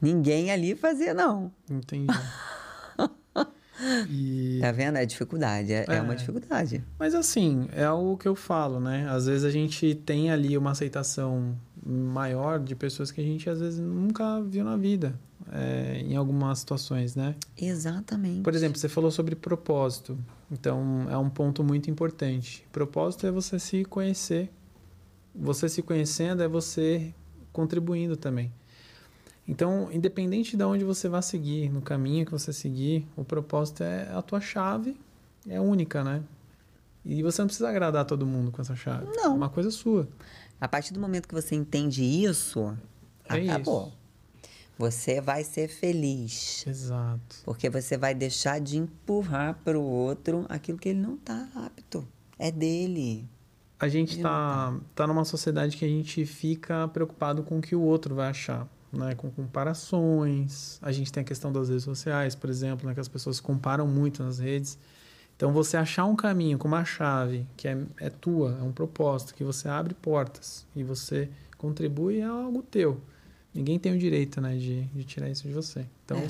[SPEAKER 2] ninguém ali fazer, não.
[SPEAKER 1] entendi. E-
[SPEAKER 2] Tá vendo? É dificuldade, é, é
[SPEAKER 1] É.
[SPEAKER 2] uma dificuldade.
[SPEAKER 1] Mas assim, é o que eu falo, né? Às vezes a gente tem ali uma aceitação maior de pessoas que a gente às vezes nunca viu na vida, é, em algumas situações, né?
[SPEAKER 2] Exatamente.
[SPEAKER 1] Por exemplo, você falou sobre propósito. Então, é um ponto muito importante. Propósito é você se conhecer. Você se conhecendo é você contribuindo também. Então, independente de onde você vá seguir, no caminho que você seguir, o propósito é a tua chave, é única, né? E você não precisa agradar todo mundo com essa chave.
[SPEAKER 2] Não.
[SPEAKER 1] É uma coisa sua.
[SPEAKER 2] A partir do momento que você entende isso,
[SPEAKER 1] É isso.
[SPEAKER 2] acabou. Você vai ser feliz.
[SPEAKER 1] Exato.
[SPEAKER 2] Porque você vai deixar de empurrar para o outro aquilo que ele não tá apto. É dele.
[SPEAKER 1] A gente
[SPEAKER 2] De
[SPEAKER 1] tá, tá numa sociedade que a gente fica preocupado com o que o outro vai achar, né? Com comparações. A gente tem a questão das redes sociais, por exemplo, né? que as pessoas comparam muito nas redes. Então, você achar um caminho com uma chave que é, é tua, é um propósito, que você abre portas e você contribui é algo teu. Ninguém tem o direito, né, de, de tirar isso de você. Então,
[SPEAKER 2] É.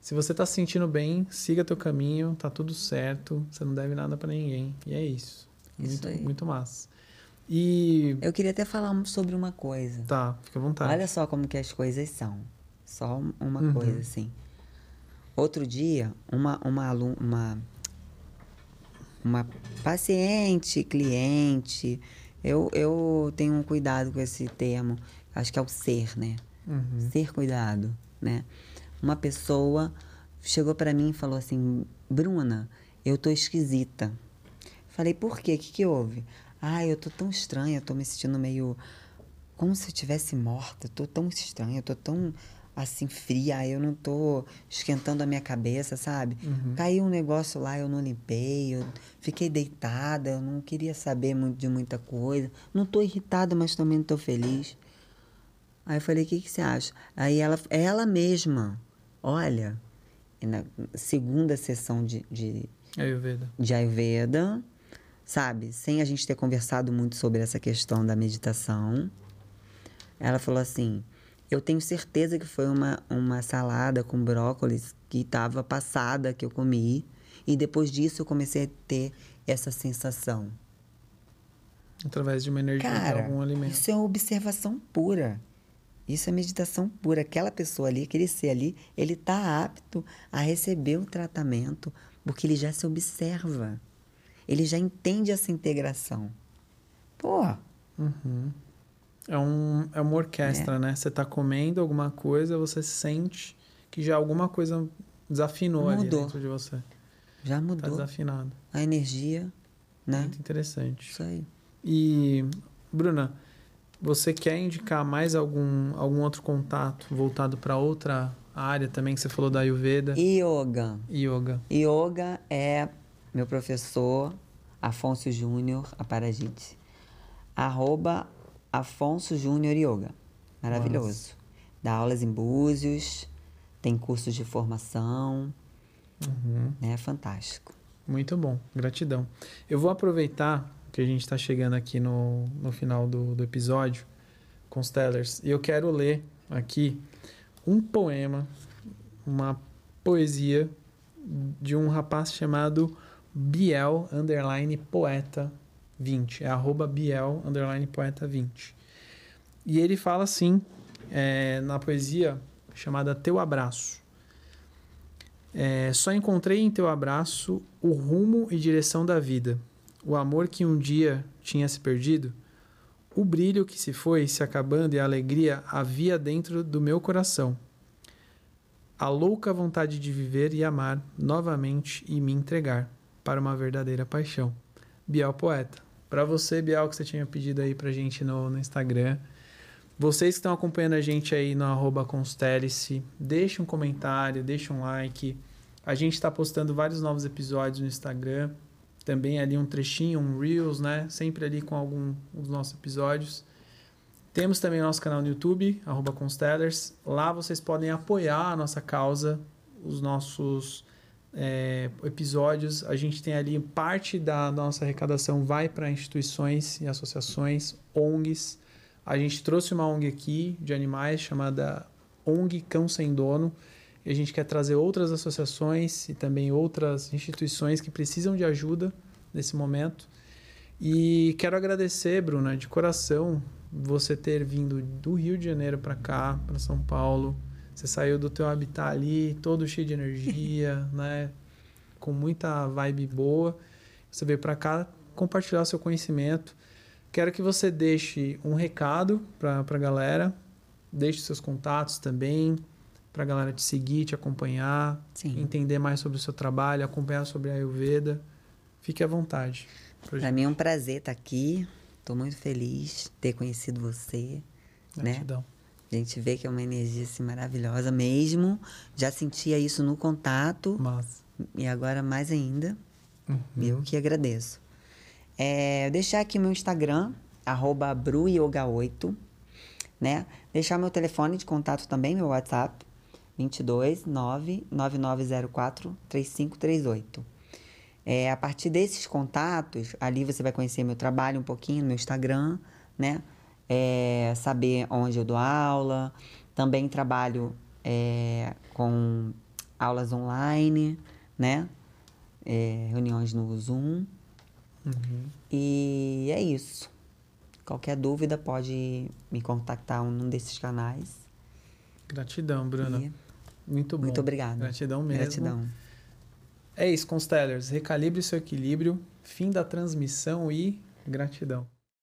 [SPEAKER 1] se você tá se sentindo bem, siga teu caminho, tá tudo certo, você não deve nada pra ninguém. E é isso.
[SPEAKER 2] Isso
[SPEAKER 1] muito,
[SPEAKER 2] aí.
[SPEAKER 1] muito massa. E.
[SPEAKER 2] Eu queria até falar um- sobre uma coisa.
[SPEAKER 1] Tá, fica à vontade.
[SPEAKER 2] Olha só como que as coisas são. Só um- uma
[SPEAKER 1] Uhum.
[SPEAKER 2] coisa assim. Outro dia, uma uma alu- uma uma paciente, cliente, eu, eu tenho um cuidado com esse termo. Acho que é o ser, né?
[SPEAKER 1] Uhum.
[SPEAKER 2] Ser cuidado, né? Uma pessoa chegou pra mim e falou assim: "Bruna, eu tô esquisita". Falei: "Por quê? O que que houve?". "Ah, eu tô tão estranha, eu tô me sentindo meio como se eu tivesse morta. Eu tô tão estranha, eu tô tão assim fria, eu não tô esquentando a minha cabeça, sabe?
[SPEAKER 1] Uhum.
[SPEAKER 2] Caiu um negócio lá, eu não limpei, eu fiquei deitada, eu não queria saber muito de muita coisa. Não tô irritada, mas também não tô feliz. Aí eu falei, o que, que você acha? Aí ela, ela mesma, olha, e na segunda sessão de, de,
[SPEAKER 1] Ayurveda.
[SPEAKER 2] de Ayurveda, sabe? Sem a gente ter conversado muito sobre essa questão da meditação, ela falou assim: Eu tenho certeza que foi uma, uma salada com brócolis que estava passada que eu comi, e depois disso eu comecei a ter essa sensação.
[SPEAKER 1] Através de uma energia de
[SPEAKER 2] Cara,
[SPEAKER 1] algum alimento.
[SPEAKER 2] isso é uma observação pura. Isso é meditação pura. Aquela pessoa ali, aquele ser ali, ele está apto a receber o tratamento porque ele já se observa. Ele já entende essa integração. Pô,
[SPEAKER 1] É, um, é uma orquestra, né? Você tá comendo alguma coisa, você sente que já alguma coisa desafinou ali
[SPEAKER 2] Mudou.
[SPEAKER 1] dentro de você.
[SPEAKER 2] já
[SPEAKER 1] Tá
[SPEAKER 2] mudou
[SPEAKER 1] desafinado.
[SPEAKER 2] a energia, né?
[SPEAKER 1] Muito interessante.
[SPEAKER 2] Isso aí.
[SPEAKER 1] E, Bruna, você quer indicar mais algum, algum outro contato voltado para outra área também que você falou da Ayurveda
[SPEAKER 2] Yoga.
[SPEAKER 1] e yoga?
[SPEAKER 2] Yoga é meu professor Afonso Júnior Aparajite. Arroba Afonso Júnior Yoga. Maravilhoso. Dá aulas em Búzios, tem cursos de formação. É fantástico.
[SPEAKER 1] Muito bom, gratidão. Eu vou aproveitar que a gente está chegando aqui no, no final do, do episódio com os Tellers e eu quero ler aqui um poema, uma poesia de um rapaz chamado Biel underline poeta 20, é arroba Biel underline poeta 20. E ele fala assim, é, na poesia chamada Teu Abraço. É, só encontrei em teu abraço o rumo e direção da vida, o amor que um dia tinha se perdido, o brilho que se foi se acabando e a alegria havia dentro do meu coração. A louca vontade de viver e amar novamente e me entregar para uma verdadeira paixão. Bial Poeta. Para você, Bial, que você tinha pedido aí pra gente no, no Instagram. Vocês que estão acompanhando a gente aí no arroba Constelice, deixa um comentário, deixa um like, A gente está postando vários novos episódios no Instagram. Também ali um trechinho, um Reels, né? Sempre ali com algum dos nossos episódios. Temos também o nosso canal no YouTube, arroba Constellers. Lá vocês podem apoiar a nossa causa, os nossos é, episódios. A gente tem ali parte da nossa arrecadação vai para instituições e associações, ONGs. A gente trouxe uma ONG aqui de animais chamada ONG Cão Sem Dono. E a gente quer trazer outras associações e também outras instituições que precisam de ajuda nesse momento. E quero agradecer, Bruna, de coração, você ter vindo do Rio de Janeiro para cá, para São Paulo. Você saiu do teu habitat ali, todo cheio de energia, né? Com muita vibe boa. Você veio para cá compartilhar o seu conhecimento. Quero que você deixe um recado para a galera, deixe seus contatos também, para a galera te seguir, te acompanhar,
[SPEAKER 2] Sim.
[SPEAKER 1] entender mais sobre o seu trabalho, acompanhar sobre a Ayurveda. Fique à vontade.
[SPEAKER 2] Para mim é um prazer estar aqui. Estou muito feliz de ter conhecido você. Né?
[SPEAKER 1] Gratidão.
[SPEAKER 2] A gente vê que é uma energia assim, maravilhosa mesmo. Já sentia isso no contato
[SPEAKER 1] Mas,
[SPEAKER 2] e agora mais ainda.
[SPEAKER 1] Uhum.
[SPEAKER 2] Eu que agradeço. É, deixar aqui meu Instagram, arroba bruyoga8, né? Deixar meu telefone de contato também, meu WhatsApp, 22 99904 3538. É, a partir desses contatos, ali você vai conhecer meu trabalho um pouquinho no meu Instagram, né? É, saber onde eu dou aula. Também trabalho é, com aulas online, né? É, reuniões no Zoom.
[SPEAKER 1] Uhum.
[SPEAKER 2] E é isso. Qualquer dúvida pode me contactar em um desses canais.
[SPEAKER 1] gratidão, Bruna.
[SPEAKER 2] E
[SPEAKER 1] Muito bom.
[SPEAKER 2] muito obrigada.
[SPEAKER 1] Gratidão mesmo.
[SPEAKER 2] Gratidão.
[SPEAKER 1] É isso, Constellers. Recalibre seu equilíbrio. Fim da transmissão e gratidão.